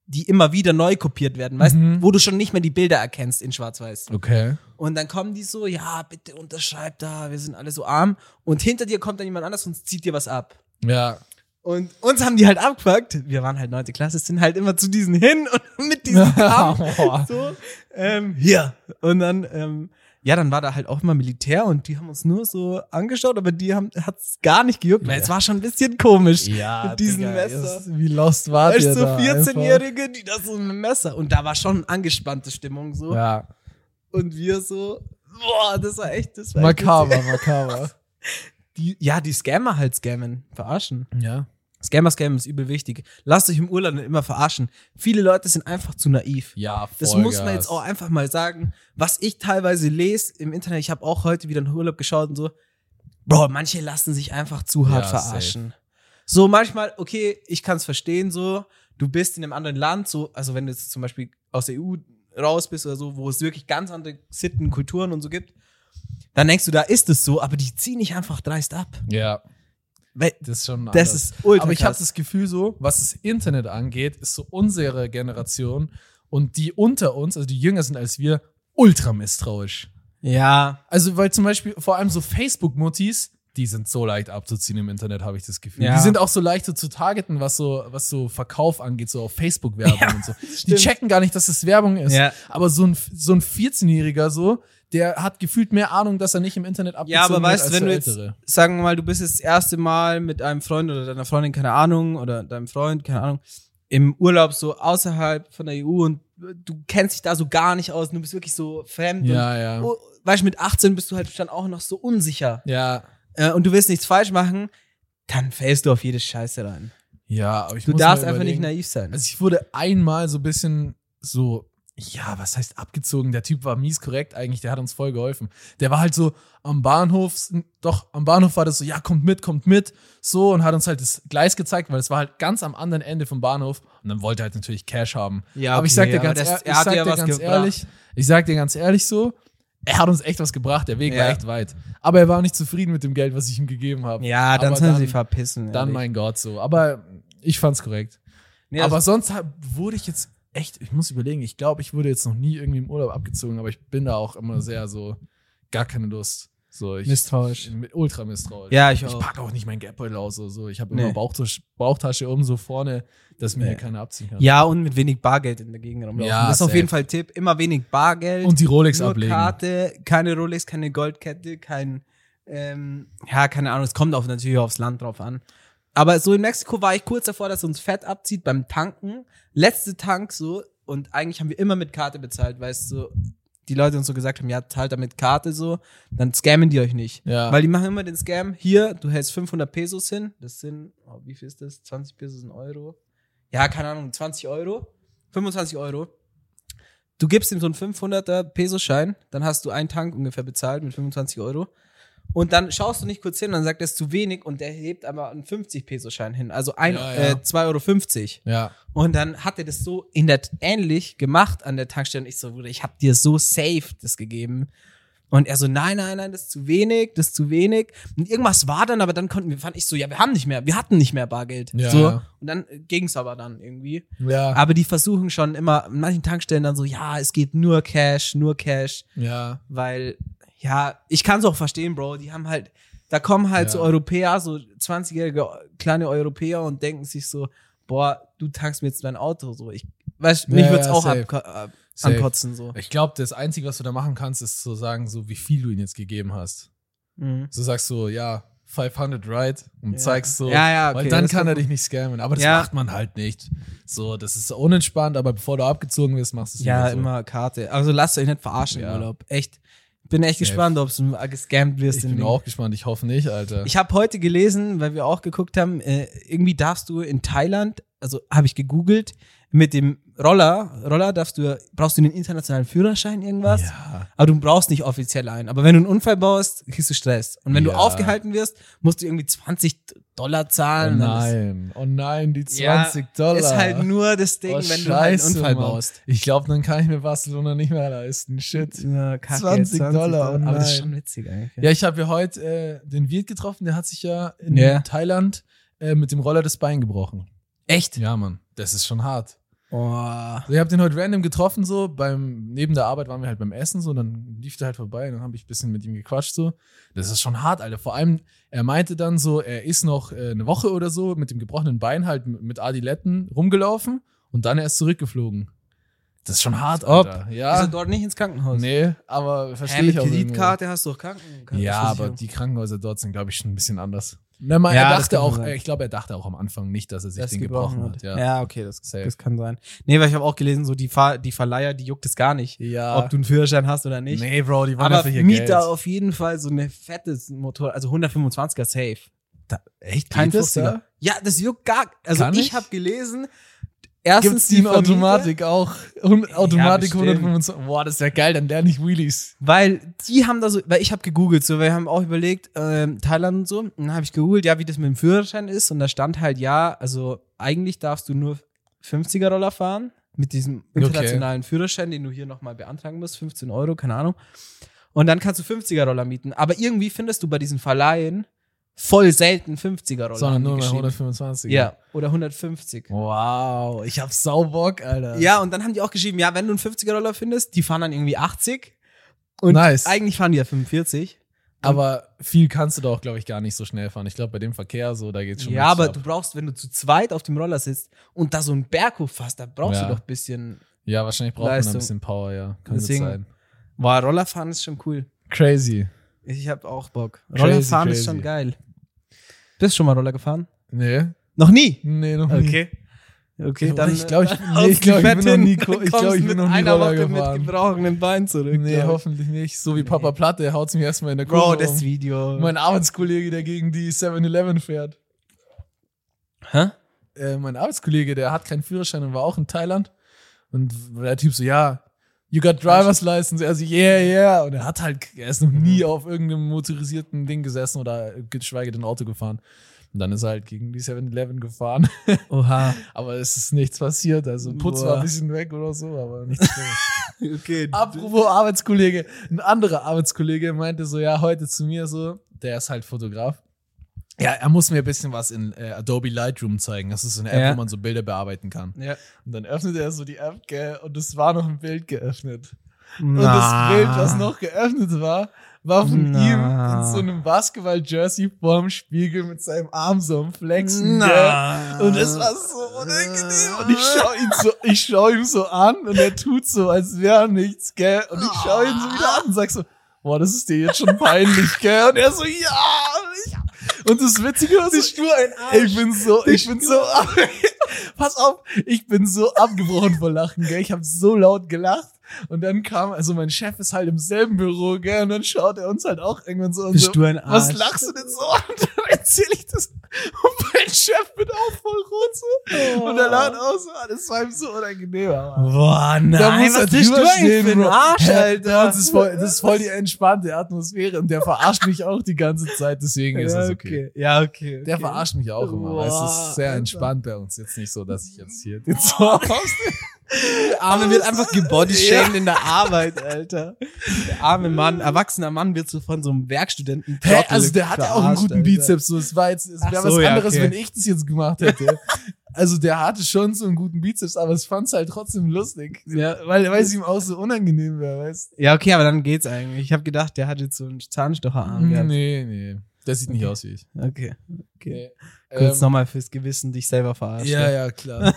Speaker 2: die immer wieder neu kopiert werden, weißt
Speaker 1: Mhm.
Speaker 2: Wo du schon nicht mehr die Bilder erkennst in Schwarz-Weiß.
Speaker 1: Okay.
Speaker 2: Und dann kommen die so, ja, bitte unterschreib da, wir sind alle so arm. Und hinter dir kommt dann jemand anders und zieht dir was ab.
Speaker 1: Ja.
Speaker 2: Und uns haben die halt abgepackt. Wir waren halt neunte Klasse, sind halt immer zu diesen hin *laughs* und mit diesen
Speaker 1: *laughs*
Speaker 2: Kamm. *laughs*
Speaker 1: Boah.
Speaker 2: so, ähm, hier. Und dann, ähm, ja, dann war da halt auch immer Militär und die haben uns nur so angeschaut, aber die haben, hat's gar nicht gejuckt, weil
Speaker 1: Ja.
Speaker 2: es war schon ein bisschen komisch.
Speaker 1: ja,
Speaker 2: Mit diesem
Speaker 1: Digga,
Speaker 2: Messer.
Speaker 1: ist- Wie lost wart
Speaker 2: Weißt
Speaker 1: ihr
Speaker 2: du, so
Speaker 1: da? einfach?
Speaker 2: 14-Jährige, die da so ein Messer. Und da war schon angespannte Stimmung so.
Speaker 1: Ja.
Speaker 2: Und wir so, boah, das war echt, das war echt
Speaker 1: Makaber,
Speaker 2: *laughs*
Speaker 1: makaber.
Speaker 2: die, ja, die Scammer halt scammen, verarschen.
Speaker 1: Ja.
Speaker 2: Scammer scammen ist übel wichtig. Lasst euch im Urlaub nicht immer verarschen. Viele Leute sind einfach zu naiv.
Speaker 1: Ja,
Speaker 2: Das muss man jetzt auch einfach mal sagen. Was ich teilweise lese im Internet, ich habe auch heute wieder in den Urlaub geschaut und so, Bro, manche lassen sich einfach zu hart
Speaker 1: Ja, safe.
Speaker 2: verarschen. So manchmal, okay, ich kann es verstehen, so, du bist in einem anderen Land, so, also wenn du jetzt zum Beispiel aus der EU raus bist oder so, wo es wirklich ganz andere Sitten, Kulturen und so gibt, dann denkst du, da ist es so, aber die ziehen dich einfach dreist ab.
Speaker 1: Ja.
Speaker 2: Weil
Speaker 1: Das ist schon
Speaker 2: das ist ultra
Speaker 1: Aber ich habe
Speaker 2: krass.
Speaker 1: das Gefühl so, was das Internet angeht, ist so unsere Generation und die unter uns, also die jünger sind als wir, ultra misstrauisch.
Speaker 2: Ja,
Speaker 1: Also weil zum Beispiel vor allem so Facebook-Muttis, die sind so leicht abzuziehen im Internet, habe ich das Gefühl.
Speaker 2: Ja.
Speaker 1: Die sind auch so leicht so zu targeten, was so, was so Verkauf angeht, so auf Facebook-Werbung und so.
Speaker 2: *laughs*
Speaker 1: Die
Speaker 2: stimmt.
Speaker 1: checken gar nicht, dass es Werbung ist.
Speaker 2: Ja.
Speaker 1: Aber so ein, so ein 14-Jähriger so, der hat gefühlt mehr Ahnung, dass er nicht im Internet abgezogen
Speaker 2: ja aber
Speaker 1: wird
Speaker 2: weißt du,
Speaker 1: als
Speaker 2: wenn
Speaker 1: der
Speaker 2: du jetzt,
Speaker 1: Ältere.
Speaker 2: sagen wir mal, du bist jetzt das erste Mal mit einem Freund oder deiner Freundin, keine Ahnung, oder deinem Freund, keine Ahnung, im Urlaub so außerhalb von der EU und du kennst dich da so gar nicht aus, und du bist wirklich so fremd.
Speaker 1: Ja, ja.
Speaker 2: Und, oh, weißt du, mit 18 bist du halt dann auch noch so unsicher
Speaker 1: Ja.
Speaker 2: äh, und du willst nichts falsch machen, dann fällst du auf jede Scheiße rein.
Speaker 1: Ja, aber ich
Speaker 2: Du
Speaker 1: muss
Speaker 2: darfst
Speaker 1: mal
Speaker 2: einfach nicht
Speaker 1: überlegen.
Speaker 2: naiv sein.
Speaker 1: Also ich wurde einmal so ein bisschen so, ja, was heißt abgezogen? Der Typ war mies korrekt eigentlich, der hat uns voll geholfen. Der war halt so am Bahnhof, doch, am Bahnhof war das so, ja, kommt mit, kommt mit, so und hat uns halt das Gleis gezeigt, weil es war halt ganz am anderen Ende vom Bahnhof und dann wollte er halt natürlich Cash haben.
Speaker 2: Ja,
Speaker 1: aber ich sag
Speaker 2: okay,
Speaker 1: dir
Speaker 2: aber
Speaker 1: ganz,
Speaker 2: das-
Speaker 1: ehr-
Speaker 2: er
Speaker 1: ich
Speaker 2: hat
Speaker 1: sag
Speaker 2: dir
Speaker 1: dir
Speaker 2: was
Speaker 1: ganz
Speaker 2: gebracht.
Speaker 1: ehrlich, ich sag dir ganz ehrlich so, er hat uns echt was gebracht, der Weg
Speaker 2: Ja.
Speaker 1: war echt weit. Aber er war auch nicht zufrieden mit dem Geld, was ich ihm gegeben habe.
Speaker 2: ja, dann
Speaker 1: aber
Speaker 2: sollen
Speaker 1: dann-
Speaker 2: sie verpissen.
Speaker 1: Dann
Speaker 2: ehrlich.
Speaker 1: mein Gott so. Aber ich fand's korrekt.
Speaker 2: Nee, also,
Speaker 1: aber sonst hab, wurde ich jetzt echt, ich muss überlegen, ich glaube, ich wurde jetzt noch nie irgendwie im Urlaub abgezogen, aber ich bin da auch immer sehr so, gar keine Lust. So, ich
Speaker 2: misstrauisch.
Speaker 1: bin ultra misstrauisch.
Speaker 2: Ja, ich
Speaker 1: Ich
Speaker 2: auch.
Speaker 1: packe auch nicht mein Geldbeutel aus oder so. Ich habe immer
Speaker 2: Nee.
Speaker 1: Bauchtasche, Bauchtasche um so vorne, dass mir
Speaker 2: Nee.
Speaker 1: hier keiner abziehen kann.
Speaker 2: Ja, und mit wenig Bargeld in der Gegend rumlaufen.
Speaker 1: Ja,
Speaker 2: das ist auf
Speaker 1: safe.
Speaker 2: jeden Fall Tipp. Immer wenig Bargeld.
Speaker 1: Und die Rolex
Speaker 2: nur
Speaker 1: ablegen.
Speaker 2: Karte, keine Rolex, keine Goldkette, kein, ähm, ja, keine Ahnung, es kommt auf, natürlich aufs Land drauf an. Aber so in Mexiko war ich kurz davor, dass uns Fett abzieht beim Tanken. Letzte Tank so, und eigentlich haben wir immer mit Karte bezahlt, weißt du, die Leute uns so gesagt haben, ja, zahlt damit Karte so, dann scammen die euch nicht.
Speaker 1: Ja.
Speaker 2: Weil die machen immer den Scam, hier, du hältst 500 Pesos hin, das sind, oh, wie viel ist das? 20 Pesos ein Euro. Ja, keine Ahnung, 20 Euro, 25 Euro. Du gibst ihm so einen 500er Pesoschein, dann hast du einen Tank ungefähr bezahlt mit 25 Euro. Und dann schaust du nicht kurz hin, dann sagt er es ist zu wenig und der hebt aber einen 50-Peso-Schein hin, also ein,
Speaker 1: Ja, ja.
Speaker 2: äh, 2,50 Euro.
Speaker 1: Ja.
Speaker 2: Und dann hat er das so in der ähnlich gemacht an der Tankstelle. Und ich so, Bruder, ich hab dir so safe das gegeben. Und er so, nein, nein, nein, das ist zu wenig, das ist zu wenig. Und irgendwas war dann, aber dann konnten wir, fand ich so, ja, wir haben nicht mehr, wir hatten nicht mehr Bargeld.
Speaker 1: Ja,
Speaker 2: so.
Speaker 1: ja.
Speaker 2: Und dann äh, ging's aber dann irgendwie.
Speaker 1: Ja.
Speaker 2: Aber die versuchen schon immer, an manchen Tankstellen dann so, ja, es geht nur Cash, nur Cash.
Speaker 1: ja.
Speaker 2: Weil, ja, ich kann's auch verstehen, Bro. Die haben halt, da kommen halt
Speaker 1: Ja.
Speaker 2: so Europäer, so 20-jährige kleine Europäer und denken sich so, boah, du tankst mir jetzt mein Auto so. Ich, weißt, mich
Speaker 1: Ja,
Speaker 2: würd's
Speaker 1: ja,
Speaker 2: auch
Speaker 1: safe.
Speaker 2: abko- ab,
Speaker 1: Safe.
Speaker 2: ankotzen so.
Speaker 1: Ich glaube, das Einzige, was du da machen kannst, ist zu sagen, so wie viel du ihm jetzt gegeben hast.
Speaker 2: Mhm.
Speaker 1: So sagst du, ja, 500 right und
Speaker 2: Ja.
Speaker 1: zeigst so.
Speaker 2: Ja, ja, Ah, okay,
Speaker 1: Weil dann
Speaker 2: das
Speaker 1: kann er
Speaker 2: kann-
Speaker 1: dich nicht scammen. Aber das
Speaker 2: Ja.
Speaker 1: macht man halt nicht. So, das ist unentspannt, aber bevor du abgezogen wirst, machst du es
Speaker 2: Ja,
Speaker 1: so.
Speaker 2: immer Karte. Also lasst euch nicht verarschen
Speaker 1: Ja.
Speaker 2: im Urlaub. Echt. Bin echt
Speaker 1: Safe.
Speaker 2: gespannt, ob du gescampt wirst.
Speaker 1: Ich
Speaker 2: in
Speaker 1: bin
Speaker 2: Ding.
Speaker 1: auch gespannt. Ich hoffe nicht, Alter.
Speaker 2: Ich habe heute gelesen, weil wir auch geguckt haben, äh, irgendwie darfst du in Thailand, also habe ich gegoogelt, mit dem Roller, Roller darfst du, brauchst du einen internationalen Führerschein, irgendwas.
Speaker 1: Ja. Oh
Speaker 2: Aber du brauchst nicht offiziell einen. Aber wenn du einen Unfall baust, kriegst du Stress. Und wenn
Speaker 1: Ja.
Speaker 2: du aufgehalten wirst, musst du irgendwie 20 Dollar
Speaker 1: Oh
Speaker 2: zahlen. Dann
Speaker 1: nein. Oh nein, die
Speaker 2: ist- Ja,
Speaker 1: 20 Dollar.
Speaker 2: Ist halt nur das Ding,
Speaker 1: Oh,
Speaker 2: wenn du halt
Speaker 1: scheiße,
Speaker 2: einen Unfall
Speaker 1: Mann.
Speaker 2: baust.
Speaker 1: Ich glaube, dann kann ich mir Barcelona nicht mehr leisten. Shit.
Speaker 2: Ja, Kacke,
Speaker 1: 20 Dollar, oh
Speaker 2: aber das ist
Speaker 1: nein.
Speaker 2: schon witzig eigentlich.
Speaker 1: Ja, ich habe ja heute äh, den Wirt getroffen. Der hat sich ja in
Speaker 2: Ja.
Speaker 1: Thailand äh, mit dem Roller das Bein gebrochen.
Speaker 2: Echt?
Speaker 1: Ja, Mann. Das ist schon hart.
Speaker 2: Oh.
Speaker 1: Also ich habe den heute random getroffen, so beim, neben der Arbeit waren wir halt beim Essen, so, dann lief der halt vorbei und dann habe ich ein bisschen mit ihm gequatscht, so. Das ist schon hart, Alter. Vor allem, er meinte dann so, er ist noch äh, eine Woche oder so mit dem gebrochenen Bein halt m- mit Adiletten rumgelaufen und dann erst zurückgeflogen. Das ist schon hart,
Speaker 2: Als ob.
Speaker 1: Alter.
Speaker 2: Ist er
Speaker 1: Ja.
Speaker 2: dort nicht ins Krankenhaus?
Speaker 1: Nee, aber
Speaker 2: Hä,
Speaker 1: verstehe
Speaker 2: mit
Speaker 1: ich auch. irgendwo.
Speaker 2: Kreditkarte hast du doch Kranken
Speaker 1: Ja, aber
Speaker 2: Krankenversicherung.
Speaker 1: die Krankenhäuser dort sind, glaube ich, schon ein bisschen anders. Na, man,
Speaker 2: Ja,
Speaker 1: er
Speaker 2: das
Speaker 1: dachte
Speaker 2: kann
Speaker 1: auch,
Speaker 2: sein.
Speaker 1: ich glaube, er dachte auch am Anfang nicht, dass er sich
Speaker 2: das
Speaker 1: den gebrochen, hat.
Speaker 2: Ja.
Speaker 1: Ja.
Speaker 2: okay, das,
Speaker 1: Safe.
Speaker 2: das kann sein. Nee, weil ich habe auch gelesen, so die, Fahr die Verleiher, die juckt es gar nicht,
Speaker 1: Ja.
Speaker 2: ob du einen Führerschein hast oder nicht.
Speaker 1: Nee, Bro, die wollen
Speaker 2: aber
Speaker 1: einfach hier
Speaker 2: Mieter
Speaker 1: Geld.
Speaker 2: auf jeden Fall so eine fette Motor, also 125er safe.
Speaker 1: Echt?
Speaker 2: Kein
Speaker 1: Geht das
Speaker 2: 50er.
Speaker 1: da?
Speaker 2: Ja, das juckt gar. Also
Speaker 1: Kann
Speaker 2: ich
Speaker 1: nicht?
Speaker 2: habe gelesen,
Speaker 1: Gibt
Speaker 2: erstens
Speaker 1: es die in
Speaker 2: Vermieter-
Speaker 1: Automatik auch? Un Automatik
Speaker 2: bestimmt.
Speaker 1: 125. Boah, das ist ja geil, dann lerne ich Wheelies.
Speaker 2: Weil die haben da so, weil ich habe gegoogelt, so, wir haben auch überlegt, ähm, Thailand und so, und dann habe ich gegoogelt, ja, wie das mit dem Führerschein ist und da stand halt, ja, also eigentlich darfst du nur 50er-Roller fahren mit diesem
Speaker 1: Okay.
Speaker 2: internationalen Führerschein, den du hier nochmal beantragen musst, 15 Euro, keine Ahnung. Und dann kannst du 50er-Roller mieten, aber irgendwie findest du bei diesen Verleihen voll selten 50er-Roller.
Speaker 1: Sondern nur mal
Speaker 2: angeschrieben.
Speaker 1: 125.
Speaker 2: Ja, oder 150.
Speaker 1: Wow, ich hab Saubock, Alter.
Speaker 2: Ja, und dann haben die auch geschrieben, ja, wenn du einen 50er-Roller findest, die fahren dann irgendwie 80 und
Speaker 1: Nice.
Speaker 2: eigentlich fahren die ja 45.
Speaker 1: Aber viel kannst du da auch, glaube ich, gar nicht so schnell fahren. Ich glaube, bei dem Verkehr so, da geht's schon
Speaker 2: Ja, aber
Speaker 1: richtig
Speaker 2: du
Speaker 1: ab.
Speaker 2: brauchst, wenn du zu zweit auf dem Roller sitzt und da so einen Berghof fährst, da brauchst
Speaker 1: Ja.
Speaker 2: du doch ein bisschen.
Speaker 1: Ja, wahrscheinlich braucht man da ein
Speaker 2: Leistung.
Speaker 1: bisschen Power, ja. Kann Deswegen.
Speaker 2: Deswegen-
Speaker 1: gut sein.
Speaker 2: Boah, Rollerfahren ist schon cool.
Speaker 1: Crazy.
Speaker 2: Ich hab auch Bock.
Speaker 1: Crazy,
Speaker 2: Rollerfahren
Speaker 1: crazy.
Speaker 2: ist schon geil. Bist schon mal Roller gefahren?
Speaker 1: Nee?
Speaker 2: Noch nie?
Speaker 1: Nee, noch nie.
Speaker 2: Okay,
Speaker 1: Boah,
Speaker 2: dann.
Speaker 1: ich glaub, ich-
Speaker 2: dann
Speaker 1: nee,
Speaker 2: aufs
Speaker 1: ich glaub, ich bin
Speaker 2: Fett
Speaker 1: noch
Speaker 2: hin,
Speaker 1: nie-
Speaker 2: dann
Speaker 1: ich glaub, ich
Speaker 2: kommst
Speaker 1: bin
Speaker 2: mit
Speaker 1: noch nie
Speaker 2: einer
Speaker 1: Roller
Speaker 2: Woche
Speaker 1: gefahren.
Speaker 2: mit gebrochenem Bein zurück.
Speaker 1: Nee,
Speaker 2: glaub ich.
Speaker 1: hoffentlich nicht. So wie Papa Platte, der haut's mir erstmal in der
Speaker 2: Bro,
Speaker 1: Kurve
Speaker 2: das
Speaker 1: um.
Speaker 2: Video.
Speaker 1: Mein Arbeitskollege, der gegen die 7-Eleven fährt.
Speaker 2: Hä?
Speaker 1: äh, mein Arbeitskollege, der hat keinen Führerschein und war auch in Thailand. Und der Typ so, ja, you got driver's license. Er so, yeah, yeah. Und er hat halt, er ist noch nie auf irgendeinem motorisierten Ding gesessen oder geschweige denn Auto gefahren. Und dann ist er halt gegen die 7-Eleven gefahren. *laughs*
Speaker 2: Oha.
Speaker 1: aber es ist nichts passiert. Also Putz war
Speaker 2: Boah.
Speaker 1: ein bisschen weg oder so, aber nichts. Schlimmes.
Speaker 2: Okay.
Speaker 1: Apropos Arbeitskollege, ein anderer Arbeitskollege meinte so, ja, heute zu mir so, der ist halt Fotograf. Ja, er muss mir ein bisschen was in äh, Adobe Lightroom zeigen. Das ist so eine App,
Speaker 2: Ja.
Speaker 1: wo man so Bilder bearbeiten kann.
Speaker 2: Ja.
Speaker 1: Und dann öffnet er so die App, gell, und es war noch ein Bild geöffnet. Und
Speaker 2: Na.
Speaker 1: das Bild, was noch geöffnet war, war von ihm
Speaker 2: Na.
Speaker 1: in so einem Basketball-Jersey vorm Spiegel mit seinem Arm so am Flexen, gell.
Speaker 2: Na.
Speaker 1: Und es war so unangenehm. Und ich schaue ihn so, ich schau ihm so an und er tut so, als wäre nichts, gell? Und ich schaue ihn so wieder an und sag so, boah, das ist dir jetzt schon peinlich, gell? Und er so, ja. Und ich- Und das Witzige war so, ich, ich bin so, ich bin so, *laughs* pass auf, ich bin so abgebrochen vor Lachen, gell? Ich habe so laut gelacht. Und dann kam, also mein Chef ist halt im selben Büro, gell, und dann schaut er uns halt auch irgendwann so und so,
Speaker 2: Bist du ein
Speaker 1: was
Speaker 2: Arsch?
Speaker 1: lachst du denn so? *laughs* Und dann erzähle ich das. Und mein Chef wird auch voll rot so. Und er lacht auch so, Ah, das war ihm so unangenehm. Aber
Speaker 2: Boah, nein,
Speaker 1: da muss er
Speaker 2: was bist du
Speaker 1: drüber
Speaker 2: eigentlich
Speaker 1: stehen,
Speaker 2: für ein
Speaker 1: Bro.
Speaker 2: Arsch,
Speaker 1: Hä?
Speaker 2: Alter?
Speaker 1: Das ist, voll, das ist voll die entspannte Atmosphäre *laughs* und der verarscht mich auch die ganze Zeit, deswegen ist
Speaker 2: ja,
Speaker 1: es
Speaker 2: okay.
Speaker 1: okay.
Speaker 2: Ja, okay. okay.
Speaker 1: Der
Speaker 2: *laughs*
Speaker 1: verarscht mich auch immer.
Speaker 2: Boah,
Speaker 1: Wow, es ist sehr
Speaker 2: Alter.
Speaker 1: entspannt bei uns. Jetzt nicht so, dass ich jetzt hier den Zorn
Speaker 2: Der Arme wird einfach gebodyshamed in der Arbeit, Alter. Der arme Mann, erwachsener Mann wird so von so einem Werkstudenten
Speaker 1: *laughs* Hä, also der hat ja auch einen
Speaker 2: verarscht,
Speaker 1: guten
Speaker 2: Alter.
Speaker 1: Bizeps. So, es war jetzt, es
Speaker 2: Ach
Speaker 1: wäre
Speaker 2: so,
Speaker 1: was
Speaker 2: ja,
Speaker 1: anderes,
Speaker 2: okay.
Speaker 1: wenn ich das jetzt gemacht *laughs* hätte. also der hatte schon so einen guten Bizeps, aber es fand's halt trotzdem lustig.
Speaker 2: Ja.
Speaker 1: Weil, weil es ihm auch so unangenehm wäre, weißt du?
Speaker 2: Ja, okay, aber dann geht's eigentlich. Ich habe gedacht, der hat jetzt so einen Zahnstocherarm gehabt.
Speaker 1: Nee, nee. Der sieht nicht
Speaker 2: Ah, Okay.
Speaker 1: aus wie ich.
Speaker 2: Okay. okay.
Speaker 1: Nee.
Speaker 2: Kurz
Speaker 1: Ähm,
Speaker 2: nochmal fürs Gewissen dich selber verarscht.
Speaker 1: Ja, ja,
Speaker 2: *laughs*
Speaker 1: klar.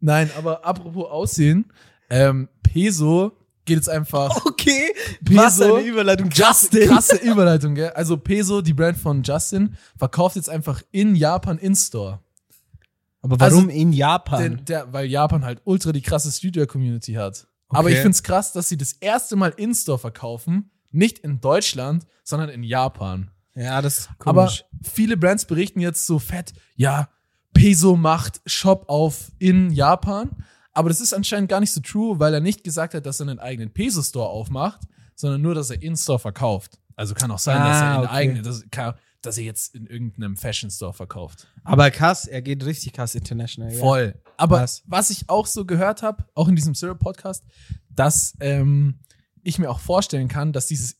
Speaker 1: Nein, aber apropos Aussehen, ähm, Peso geht jetzt
Speaker 2: *laughs*
Speaker 1: einfach.
Speaker 2: Okay,
Speaker 1: Peso.
Speaker 2: was eine Überleitung. Justin.
Speaker 1: Krasse Überleitung, gell? Also Peso, die Brand von Justin, verkauft jetzt einfach in Japan in-Store.
Speaker 2: Aber
Speaker 1: Also,
Speaker 2: warum in Japan?
Speaker 1: Denn der, weil Japan halt ultra die krasse Streetwear-Community hat. Aber
Speaker 2: Okay.
Speaker 1: ich find's krass, dass sie das erste Mal in-Store verkaufen, nicht in Deutschland, sondern in Japan.
Speaker 2: ja, das ist
Speaker 1: Aber
Speaker 2: komisch.
Speaker 1: viele Brands berichten jetzt so fett, ja, Peso macht Shop auf in Japan. Aber das ist anscheinend gar nicht so true, weil er nicht gesagt hat, dass er einen eigenen Peso-Store aufmacht, sondern nur, dass er in-Store verkauft. Also kann auch sein, dass er
Speaker 2: Ah,
Speaker 1: einen
Speaker 2: okay.
Speaker 1: eigenen, dass, kann, dass er jetzt in irgendeinem Fashion-Store verkauft.
Speaker 2: Aber, krass, er geht richtig krass international. Ja.
Speaker 1: Voll. Aber
Speaker 2: Krass.
Speaker 1: was ich auch so gehört habe, auch in diesem Syrup-Podcast, dass ähm, ich mir auch vorstellen kann, dass dieses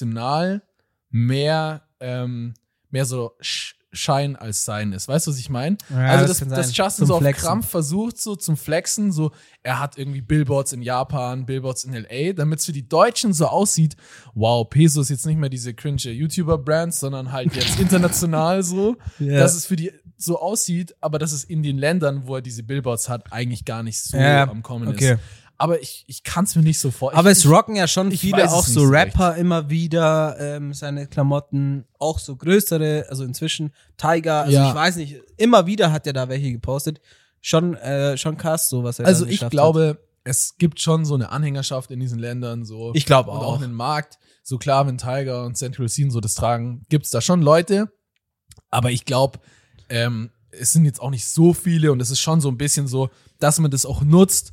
Speaker 1: international mehr, ähm, mehr so Sch- Schein als Sein ist. Weißt du, was ich meine?
Speaker 2: Ja,
Speaker 1: also,
Speaker 2: das
Speaker 1: dass,
Speaker 2: kann
Speaker 1: dass
Speaker 2: sein.
Speaker 1: Justin
Speaker 2: Zum
Speaker 1: so auf
Speaker 2: Flexen.
Speaker 1: Krampf versucht, so zum Flexen, so, er hat irgendwie Billboards in Japan, Billboards in L.A., damit es für die Deutschen so aussieht, wow, Peso ist jetzt nicht mehr diese cringe YouTuber-Brand, sondern halt
Speaker 2: *laughs*
Speaker 1: jetzt international so
Speaker 2: Ja.
Speaker 1: dass es für die so aussieht, aber dass es in den Ländern, wo er diese Billboards hat, eigentlich gar nicht so
Speaker 2: Ja,
Speaker 1: am Kommen
Speaker 2: okay.
Speaker 1: ist. Aber ich, ich kann es mir nicht so vorstellen.
Speaker 2: Aber
Speaker 1: ich,
Speaker 2: es rocken ja schon
Speaker 1: ich
Speaker 2: viele
Speaker 1: weiß es
Speaker 2: auch
Speaker 1: nicht
Speaker 2: so
Speaker 1: so
Speaker 2: Rapper immer wieder ähm, seine Klamotten, auch so größere, also inzwischen Tiger, also
Speaker 1: Ja.
Speaker 2: ich weiß nicht, immer wieder hat er da welche gepostet. Schon, äh, schon krass, so was er da
Speaker 1: also ich
Speaker 2: geschafft
Speaker 1: glaube, es gibt schon so eine Anhängerschaft in diesen Ländern so
Speaker 2: hat. ich glaube
Speaker 1: und auch
Speaker 2: auch.
Speaker 1: einen Markt. So klar, wenn Tiger und Central Scene so das tragen, gibt es da schon Leute. Aber ich glaube, ähm, es sind jetzt auch nicht so viele und es ist schon so ein bisschen so, dass man das auch nutzt,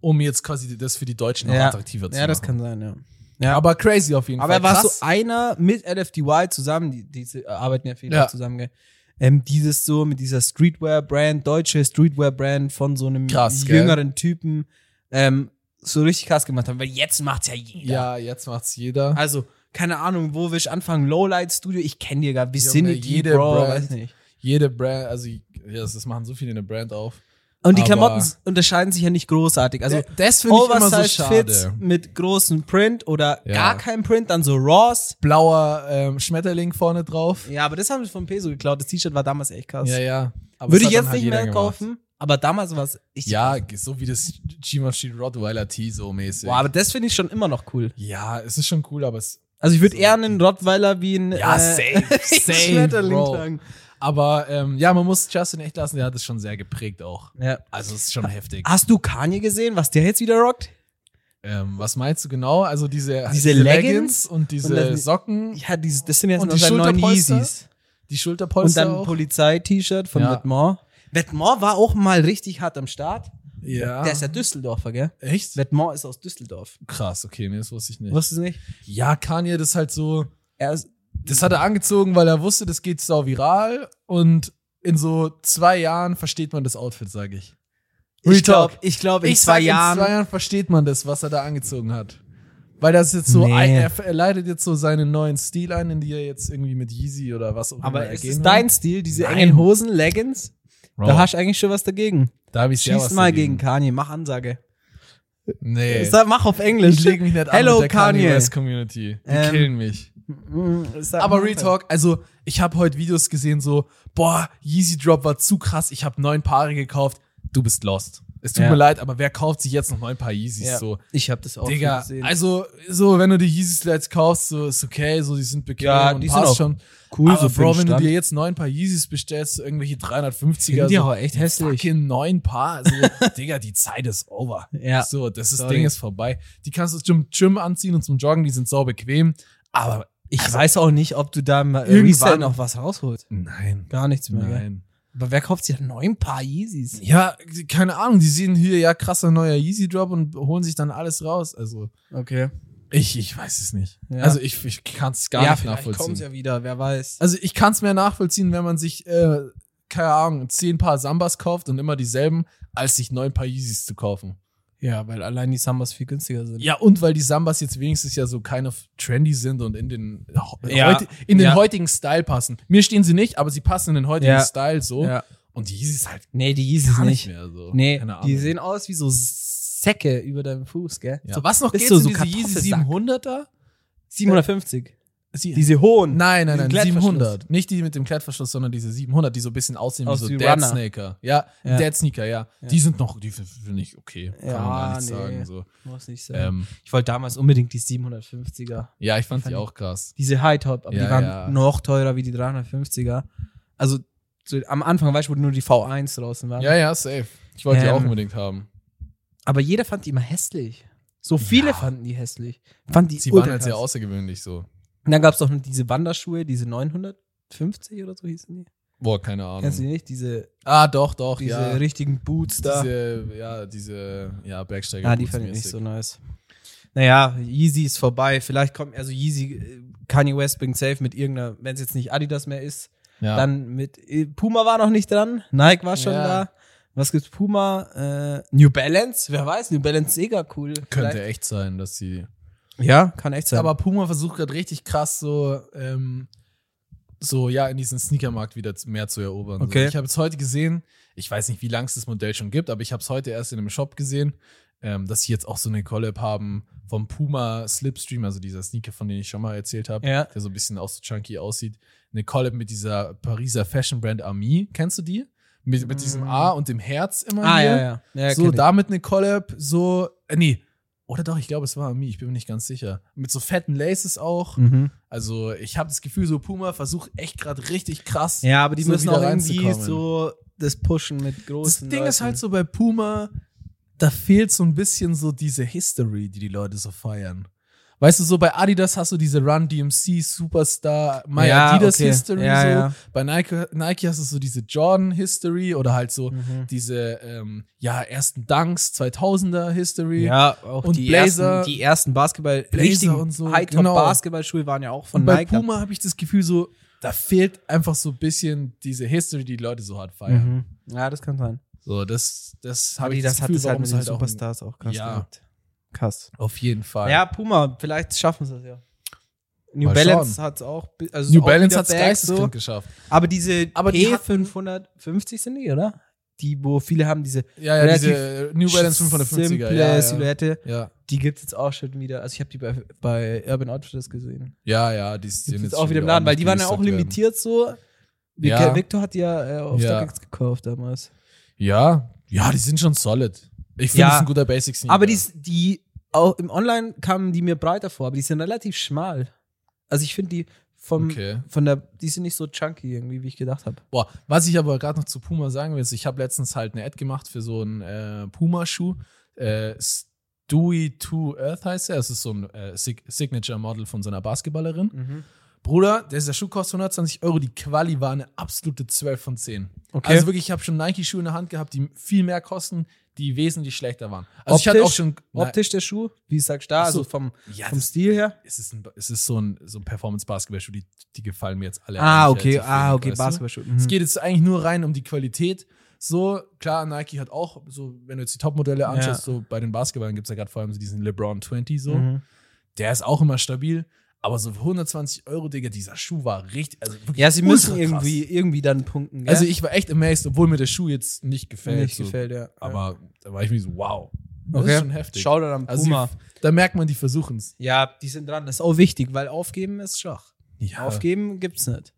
Speaker 1: um jetzt quasi das für die Deutschen auch
Speaker 2: Ja.
Speaker 1: attraktiver zu
Speaker 2: ja, das
Speaker 1: machen.
Speaker 2: kann sein, ja.
Speaker 1: ja. Aber crazy auf jeden
Speaker 2: Aber
Speaker 1: Fall.
Speaker 2: er war so
Speaker 1: Krass.
Speaker 2: einer mit LFDY zusammen, die, die äh, arbeiten ja viel
Speaker 1: Ja.
Speaker 2: zusammen, gell? Ähm, dieses so mit dieser Streetwear-Brand, deutsche Streetwear-Brand von so einem
Speaker 1: Krass, gell?
Speaker 2: jüngeren Typen ähm, so richtig krass gemacht haben, weil jetzt macht's ja jeder.
Speaker 1: ja, jetzt macht's jeder.
Speaker 2: Also, keine Ahnung, wo will ich anfangen? Lowlight Studio, ich kenne die gar
Speaker 1: Junge,
Speaker 2: Vicinity,
Speaker 1: jede
Speaker 2: Bro,
Speaker 1: Brand.
Speaker 2: weiß nicht.
Speaker 1: jede Brand, also ja, das, das machen so viele eine Brand auf.
Speaker 2: Und die
Speaker 1: Aber-
Speaker 2: Klamotten s- unterscheiden sich ja nicht großartig. Also,
Speaker 1: das
Speaker 2: Oversized Fits mit großem Print oder
Speaker 1: Ja.
Speaker 2: gar kein Print, dann so Raws.
Speaker 1: Blauer ähm, Schmetterling vorne drauf.
Speaker 2: Ja, aber das haben wir von Peso geklaut. Das T-Shirt war damals echt krass.
Speaker 1: Ja, ja. Aber
Speaker 2: Würde
Speaker 1: das
Speaker 2: ich
Speaker 1: hat dann
Speaker 2: jetzt
Speaker 1: halt
Speaker 2: nicht
Speaker 1: jeder
Speaker 2: mehr
Speaker 1: gemacht.
Speaker 2: kaufen, aber damals war es echt.
Speaker 1: Ja, so wie das Chimashi Rottweiler Tee so mäßig.
Speaker 2: Boah, aber das finde ich schon immer noch cool.
Speaker 1: Ja, es ist schon cool, aber es.
Speaker 2: Also ich würde eher einen Rottweiler wie *laughs* einen
Speaker 1: Ja,
Speaker 2: äh,
Speaker 1: safe, safe,
Speaker 2: Schmetterling
Speaker 1: Bro.
Speaker 2: tragen.
Speaker 1: Aber ähm, ja, man muss Justin echt lassen, der hat es schon sehr geprägt auch.
Speaker 2: Ja.
Speaker 1: Also es ist
Speaker 2: Ah,
Speaker 1: schon heftig.
Speaker 2: Hast du Kanye gesehen, was der jetzt wieder rockt?
Speaker 1: Ähm, was meinst du genau? Also diese,
Speaker 2: Diese Leggings
Speaker 1: und diese
Speaker 2: und das-
Speaker 1: Socken,
Speaker 2: Ja, dieses, das sind jetzt
Speaker 1: Und
Speaker 2: noch
Speaker 1: die
Speaker 2: seine neuen
Speaker 1: Schulterpolster?
Speaker 2: Yeezys.
Speaker 1: die
Speaker 2: Und
Speaker 1: Schulterpolster
Speaker 2: dann ein
Speaker 1: auch.
Speaker 2: Polizei-T-Shirt von
Speaker 1: Ja.
Speaker 2: Vetmore. Vetmore war auch mal richtig hart am Start.
Speaker 1: ja.
Speaker 2: Der ist ja Düsseldorfer, gell?
Speaker 1: echt
Speaker 2: Vetmore ist aus Düsseldorf.
Speaker 1: krass. Okay, nee, das wusste ich nicht.
Speaker 2: Wusstest du nicht?
Speaker 1: Ja, Kanye, das ist halt so.
Speaker 2: Er ist,
Speaker 1: Das hat er angezogen, weil er wusste, das geht sau viral und in so zwei Jahren versteht man das Outfit, sage ich. Real
Speaker 2: ich glaube,
Speaker 1: Talk.
Speaker 2: ich glaub, in
Speaker 1: Ich
Speaker 2: zwei
Speaker 1: sag,
Speaker 2: Jahren.
Speaker 1: In zwei Jahren versteht man das, was er da angezogen hat. Weil das jetzt so,
Speaker 2: Nee.
Speaker 1: ein, er, er leitet jetzt so seinen neuen Stil ein, in die er jetzt irgendwie mit Yeezy oder was auch
Speaker 2: aber
Speaker 1: immer
Speaker 2: es
Speaker 1: er
Speaker 2: ist
Speaker 1: gehen
Speaker 2: dein
Speaker 1: will.
Speaker 2: Stil, diese
Speaker 1: Nein.
Speaker 2: engen Hosen, Leggings.
Speaker 1: Bro,
Speaker 2: Da hast du eigentlich schon was dagegen.
Speaker 1: da hab ich sehr
Speaker 2: Schieß
Speaker 1: was
Speaker 2: mal
Speaker 1: dagegen.
Speaker 2: gegen Kanye, mach Ansage.
Speaker 1: Nee.
Speaker 2: Sag, mach auf Englisch.
Speaker 1: Ich leg mich nicht an
Speaker 2: Hello,
Speaker 1: mit der Kanye,
Speaker 2: Kanye. Mm,
Speaker 1: West Community. Die
Speaker 2: Ähm,
Speaker 1: killen mich.
Speaker 2: Sag,
Speaker 1: Aber
Speaker 2: mach
Speaker 1: Real Talk, also ich habe heute Videos gesehen, so, boah, Yeezy Drop war zu krass, ich habe neun Paare gekauft, du bist lost. Es tut
Speaker 2: Ja.
Speaker 1: mir leid, aber wer kauft sich jetzt nochmal ein paar Yeezys?
Speaker 2: Ja.
Speaker 1: So,
Speaker 2: Ich habe das auch
Speaker 1: Digga,
Speaker 2: gesehen.
Speaker 1: also, so, wenn du die Yeezys jetzt kaufst, so ist okay, so, die sind bequem
Speaker 2: Ja,
Speaker 1: und
Speaker 2: die sind
Speaker 1: passt
Speaker 2: auch
Speaker 1: schon.
Speaker 2: cool,
Speaker 1: aber
Speaker 2: so für den
Speaker 1: Bro, wenn du
Speaker 2: Stand.
Speaker 1: dir jetzt neun paar Yeezys bestellst, so irgendwelche 350er,
Speaker 2: Sind die
Speaker 1: so,
Speaker 2: auch echt hässlich.
Speaker 1: fucking neun Paar,
Speaker 2: *laughs*
Speaker 1: so, Digga, die Zeit ist over.
Speaker 2: Ja.
Speaker 1: So, das ist,
Speaker 2: Sorry.
Speaker 1: Ding ist vorbei. Die kannst du zum Gym anziehen und zum Joggen, die sind sau bequem, aber
Speaker 2: Ich weiß auch nicht, ob du da mal
Speaker 1: Irgendwann-
Speaker 2: irgendwann noch was rausholt.
Speaker 1: nein,
Speaker 2: Gar nichts mehr. Gell?
Speaker 1: nein.
Speaker 2: Aber wer kauft sich denn neun Paar Yeezys?
Speaker 1: Ja, keine Ahnung, die sehen hier, ja, krasser neuer Yeezy-Drop und holen sich dann alles raus, also.
Speaker 2: Okay.
Speaker 1: Ich, ich weiß es nicht.
Speaker 2: Ja.
Speaker 1: Also ich, ich kann es gar
Speaker 2: ja,
Speaker 1: nicht
Speaker 2: vielleicht
Speaker 1: nachvollziehen.
Speaker 2: kommt's ja wieder, wer weiß.
Speaker 1: Also ich kann es mehr nachvollziehen, wenn man sich, äh, keine Ahnung, zehn Paar Sambas kauft und immer dieselben, als sich neun Paar Yeezys zu kaufen.
Speaker 2: Ja, weil allein die Summers viel günstiger sind.
Speaker 1: Ja, und weil die Sambas jetzt wenigstens ja so kind of trendy sind und in den, ho-
Speaker 2: Ja.
Speaker 1: heute, in den
Speaker 2: Ja.
Speaker 1: heutigen Style passen. Mir stehen sie nicht, aber sie passen in den heutigen
Speaker 2: Ja.
Speaker 1: Style so.
Speaker 2: Ja.
Speaker 1: Und die Yeezys halt
Speaker 2: Nee, die Yeezys
Speaker 1: gar
Speaker 2: nicht.
Speaker 1: nicht mehr so.
Speaker 2: Nee,
Speaker 1: keine Ahnung.
Speaker 2: die sehen aus wie so Säcke über deinem Fuß, gell?
Speaker 1: ja.
Speaker 2: So
Speaker 1: so, was noch
Speaker 2: Ist
Speaker 1: geht
Speaker 2: so-
Speaker 1: in
Speaker 2: so
Speaker 1: diese Yeezy
Speaker 2: Kartoffelsack.
Speaker 1: 700er?
Speaker 2: 750.
Speaker 1: Sie-
Speaker 2: Äh, Diese hohen.
Speaker 1: Nein, nein,
Speaker 2: Diesen
Speaker 1: nein,
Speaker 2: Klettverschluss.
Speaker 1: 700. Nicht die mit dem Klettverschluss, sondern diese 700, die so ein bisschen aussehen
Speaker 2: Aus
Speaker 1: wie so
Speaker 2: wie
Speaker 1: Dead
Speaker 2: Runner.
Speaker 1: Sneaker. Ja,
Speaker 2: Ja.
Speaker 1: Dead Sneaker, ja.
Speaker 2: Ja.
Speaker 1: Die sind noch, die f- finde ich okay. Kann
Speaker 2: Ja,
Speaker 1: man gar nichts
Speaker 2: nee.
Speaker 1: sagen. So.
Speaker 2: Muss nicht sein.
Speaker 1: Ähm,
Speaker 2: Ich wollte damals unbedingt die 750er.
Speaker 1: ja, ich fand,
Speaker 2: Fand
Speaker 1: die
Speaker 2: ich-
Speaker 1: auch krass.
Speaker 2: Diese High-Top, aber
Speaker 1: Ja,
Speaker 2: die waren
Speaker 1: ja.
Speaker 2: noch teurer wie die 350er. Also so, am Anfang, weißt du, wo nur die V1 draußen waren.
Speaker 1: Ja, ja, safe. Ich wollte die
Speaker 2: Ähm,
Speaker 1: auch unbedingt haben.
Speaker 2: Aber jeder fand die immer hässlich. So viele
Speaker 1: Ja.
Speaker 2: fanden die hässlich. Fand die
Speaker 1: Sie waren
Speaker 2: ultra
Speaker 1: halt sehr
Speaker 2: krass.
Speaker 1: außergewöhnlich so.
Speaker 2: Und dann gab es doch noch diese Wanderschuhe, diese 950 oder so hießen die.
Speaker 1: Boah, keine
Speaker 2: Kennst du die
Speaker 1: Ahnung.
Speaker 2: nicht? Diese,
Speaker 1: Ah, doch, doch,
Speaker 2: diese
Speaker 1: ja.
Speaker 2: richtigen Boots da.
Speaker 1: Diese, ja, diese, ja, Bergsteiger.
Speaker 2: Ja, Ah, die fand ich nicht
Speaker 1: Boots-mäßig.
Speaker 2: so nice. Naja, Yeezy ist vorbei. Vielleicht kommt, also Yeezy, äh, Kanye West bringt safe mit irgendeiner, wenn es jetzt nicht Adidas mehr ist,
Speaker 1: Ja.
Speaker 2: dann mit, äh, Puma war noch nicht dran, Nike war schon
Speaker 1: Ja.
Speaker 2: da. Was gibt's Puma? Äh, New Balance? Wer weiß, New Balance mega cool.
Speaker 1: Könnte echt sein, dass sie
Speaker 2: Vielleicht. Ja, kann echt sein.
Speaker 1: Aber Puma versucht gerade richtig krass so, ähm, so ja, in diesen Sneakermarkt wieder zu- mehr zu erobern.
Speaker 2: Okay.
Speaker 1: So, ich habe es heute gesehen, ich weiß nicht, wie lange es das Modell schon gibt, aber ich habe es heute erst in einem Shop gesehen, ähm, dass sie jetzt auch so eine Collab haben vom Puma Slipstream, also dieser Sneaker, von dem ich schon mal erzählt habe,
Speaker 2: Ja.
Speaker 1: der so ein bisschen auch so chunky aussieht. Eine Collab mit dieser Pariser Fashion Brand Ami, kennst du die? Mit, mit diesem
Speaker 2: Mm.
Speaker 1: A und dem Herz immer
Speaker 2: ah,
Speaker 1: hier
Speaker 2: ja, ja. ja
Speaker 1: so
Speaker 2: kenn ich.
Speaker 1: damit eine Collab, so, äh, nee, oder doch, ich glaube, es war Ami, ich bin mir nicht ganz sicher. Mit so fetten Laces auch.
Speaker 2: Mhm.
Speaker 1: Also, ich habe das Gefühl, so Puma versucht echt gerade richtig krass.
Speaker 2: Ja, aber die
Speaker 1: so
Speaker 2: müssen
Speaker 1: wieder
Speaker 2: auch irgendwie
Speaker 1: reinzukommen.
Speaker 2: so das pushen mit
Speaker 1: das
Speaker 2: großen
Speaker 1: Ding ist
Speaker 2: Leuten.
Speaker 1: halt so bei Puma, da fehlt so ein bisschen so diese History, die die Leute so feiern. Weißt du, so bei Adidas hast du diese Run DMC Superstar, My
Speaker 2: Ja,
Speaker 1: Adidas
Speaker 2: okay.
Speaker 1: History
Speaker 2: Ja,
Speaker 1: so.
Speaker 2: ja.
Speaker 1: Bei Nike, Nike hast du so diese Jordan History oder halt so
Speaker 2: Mhm.
Speaker 1: diese ähm, ja ersten Dunks 2000er History.
Speaker 2: Ja, auch
Speaker 1: Und
Speaker 2: die,
Speaker 1: Blazer-
Speaker 2: ersten, die ersten Basketball,
Speaker 1: Blazer
Speaker 2: richtigen
Speaker 1: und so,
Speaker 2: High-Top
Speaker 1: genau.
Speaker 2: Basketballschuhe waren ja auch von
Speaker 1: und bei
Speaker 2: Nike.
Speaker 1: Puma habe ich das Gefühl so, da fehlt einfach so ein bisschen diese History, die, die Leute so hart feiern.
Speaker 2: Mhm. Ja, das kann sein.
Speaker 1: So, das, das habe
Speaker 2: Aber
Speaker 1: ich
Speaker 2: das,
Speaker 1: das,
Speaker 2: hat
Speaker 1: Gefühl,
Speaker 2: das halt
Speaker 1: warum
Speaker 2: mit
Speaker 1: es
Speaker 2: den
Speaker 1: halt auch
Speaker 2: Superstars auch, krass
Speaker 1: Ja.
Speaker 2: gehabt. Krass.
Speaker 1: auf jeden Fall.
Speaker 2: Ja, Puma, vielleicht schaffen sie es ja. New
Speaker 1: Mal
Speaker 2: Balance hat es auch. bi- Also
Speaker 1: New
Speaker 2: auch
Speaker 1: Balance
Speaker 2: wieder
Speaker 1: hat es
Speaker 2: back,
Speaker 1: geisteskrank
Speaker 2: so.
Speaker 1: geschafft.
Speaker 2: Aber diese
Speaker 1: Aber die hatten-
Speaker 2: P550 sind die, oder? Die, wo viele haben diese
Speaker 1: Ja, ja,
Speaker 2: Relativ
Speaker 1: diese New Balance 550er.
Speaker 2: simple
Speaker 1: Ja, ja.
Speaker 2: Silhouette.
Speaker 1: ja,
Speaker 2: Die gibt es jetzt auch schon wieder. Also ich habe die bei, bei Urban Outfitters gesehen.
Speaker 1: ja, ja, die
Speaker 2: Die
Speaker 1: sind
Speaker 2: sind
Speaker 1: jetzt
Speaker 2: jetzt auch
Speaker 1: schon
Speaker 2: wieder im Laden, weil die waren ja auch
Speaker 1: ordentlich gelistet
Speaker 2: limitiert so. Vic-
Speaker 1: Ja.
Speaker 2: Victor hat die ja äh, auf
Speaker 1: Ja.
Speaker 2: StockX gekauft damals.
Speaker 1: werden. Ja, ja, die sind schon solid. Ich finde,
Speaker 2: Ja.
Speaker 1: das ist ein guter Basic Sneaker.
Speaker 2: Aber die, s- die auch im Online kamen die mir breiter vor, aber die sind relativ schmal. Also ich finde die vom,
Speaker 1: Okay.
Speaker 2: von der, die sind nicht so chunky irgendwie, wie ich gedacht habe.
Speaker 1: Boah, was ich aber gerade noch zu Puma sagen will, ist, ich habe letztens halt eine Ad gemacht für so einen äh, Puma-Schuh. Äh, Stewie to Earth heißt er. Es ist so ein äh, Sig Signature-Model von so einer Basketballerin. Bruder, der, der Schuh kostet 120 Euro. Die Quali war eine absolute 12 von 10.
Speaker 2: Okay.
Speaker 1: Also wirklich, ich habe schon Nike-Schuhe in der Hand gehabt, die viel mehr kosten, die wesentlich schlechter waren. Also ich hatte
Speaker 2: Optisch?
Speaker 1: auch schon. Nein,
Speaker 2: Optisch der Schuh, wie sagst du da,
Speaker 1: Ach so.
Speaker 2: also vom,
Speaker 1: Ja,
Speaker 2: vom
Speaker 1: das,
Speaker 2: Stil her?
Speaker 1: es, ist ein, es ist so ein, so ein Performance-Basketball-Schuh, die, die gefallen mir jetzt alle.
Speaker 2: Ah,
Speaker 1: eigentlich
Speaker 2: okay,
Speaker 1: relativ
Speaker 2: ah,
Speaker 1: wenig,
Speaker 2: okay,
Speaker 1: weißt du?
Speaker 2: Basketballschuh. Mhm.
Speaker 1: Es geht jetzt eigentlich nur rein um die Qualität. So, klar, Nike hat auch, so, wenn du jetzt die Topmodelle anschaust, so bei den Basketballern gibt es ja gerade vor allem so diesen LeBron 20, so.
Speaker 2: Mhm.
Speaker 1: Der ist auch immer stabil. Aber so für 120 Euro, Digga, dieser Schuh war richtig. Also wirklich
Speaker 2: Ja, sie müssen
Speaker 1: ultra krass.
Speaker 2: irgendwie, irgendwie dann punkten. Gell?
Speaker 1: Also ich war echt amazed, obwohl mir der Schuh jetzt nicht gefällt.
Speaker 2: nicht
Speaker 1: so.
Speaker 2: gefällt, ja.
Speaker 1: Aber da war ich mir so, wow. Das
Speaker 2: okay.
Speaker 1: ist schon heftig.
Speaker 2: Schau dann am
Speaker 1: Also
Speaker 2: Puma.
Speaker 1: sie- da merkt man, die versuchen es.
Speaker 2: Ja, die sind dran. Das ist auch wichtig, weil aufgeben ist Schach.
Speaker 1: Ja.
Speaker 2: Aufgeben gibt's nicht.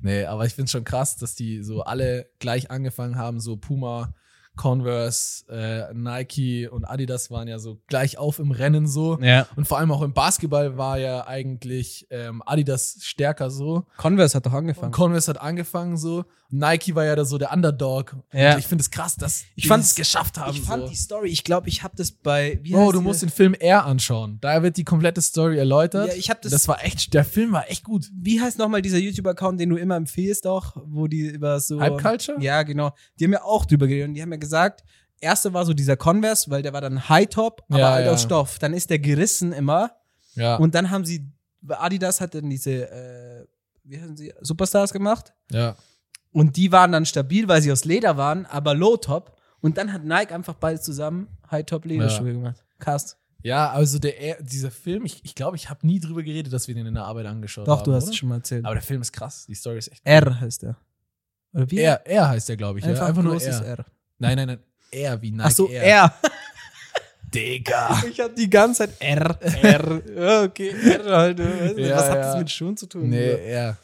Speaker 1: Nee, aber ich finde es schon krass, dass die so alle gleich angefangen haben, so Puma Converse, äh, Nike und Adidas waren ja so gleich auf im Rennen so.
Speaker 2: Ja.
Speaker 1: Und vor allem auch im Basketball war ja eigentlich ähm, Adidas stärker so.
Speaker 2: Converse hat doch
Speaker 1: Und
Speaker 2: angefangen.
Speaker 1: Converse hat angefangen so. Nike war ja da so der Underdog.
Speaker 2: Ja.
Speaker 1: Und ich finde es krass, dass
Speaker 2: Ich
Speaker 1: die
Speaker 2: fand's-
Speaker 1: es geschafft haben.
Speaker 2: ich fand
Speaker 1: so.
Speaker 2: die Story, ich glaube, ich habe das bei. Wie
Speaker 1: Bro,
Speaker 2: heißt
Speaker 1: du
Speaker 2: die?
Speaker 1: musst den Film Air anschauen. Da wird die komplette Story erläutert.
Speaker 2: Ja, ich hab das-
Speaker 1: das war echt, der Film war echt gut.
Speaker 2: Wie heißt nochmal dieser YouTube-Account, den du immer empfehlst, auch, wo die über so.
Speaker 1: Hype Culture?
Speaker 2: Ja, genau. Die haben ja auch drüber geredet und die haben ja gesagt, erste war so dieser Converse, weil der war dann High Top, aber
Speaker 1: Ja,
Speaker 2: halt
Speaker 1: ja.
Speaker 2: aus Stoff. Dann ist der gerissen immer
Speaker 1: Ja.
Speaker 2: und dann haben sie Adidas hat dann diese äh, wie heißen sie Superstars gemacht
Speaker 1: ja.
Speaker 2: und die waren dann stabil, weil sie aus Leder waren, aber Low Top und dann hat Nike einfach beides zusammen High Top Lederschuhe gemacht. Cast.
Speaker 1: Ja, also der, Air- dieser Film, ich glaube, ich, glaub, ich habe nie drüber geredet, dass wir den in der Arbeit angeschaut
Speaker 2: Doch,
Speaker 1: haben.
Speaker 2: du hast es
Speaker 1: oder?
Speaker 2: schon mal erzählt.
Speaker 1: Aber der Film ist krass. Die Story ist echt.
Speaker 2: R heißt der. Oder wie?
Speaker 1: Er, er heißt der, glaube ich.
Speaker 2: Einfach,
Speaker 1: ja? Einfach nur
Speaker 2: großes
Speaker 1: er.
Speaker 2: R.
Speaker 1: Nein, nein, nein. Er wie Nike.
Speaker 2: Ach so,
Speaker 1: er. *laughs*
Speaker 2: R. *laughs*
Speaker 1: Digga.
Speaker 2: Ich hab die ganze Zeit R, R. *laughs* Ja, okay, R halt. Weißt du,
Speaker 1: Ja,
Speaker 2: was hat
Speaker 1: ja.
Speaker 2: das mit Schuhen zu tun?
Speaker 1: Nee, er.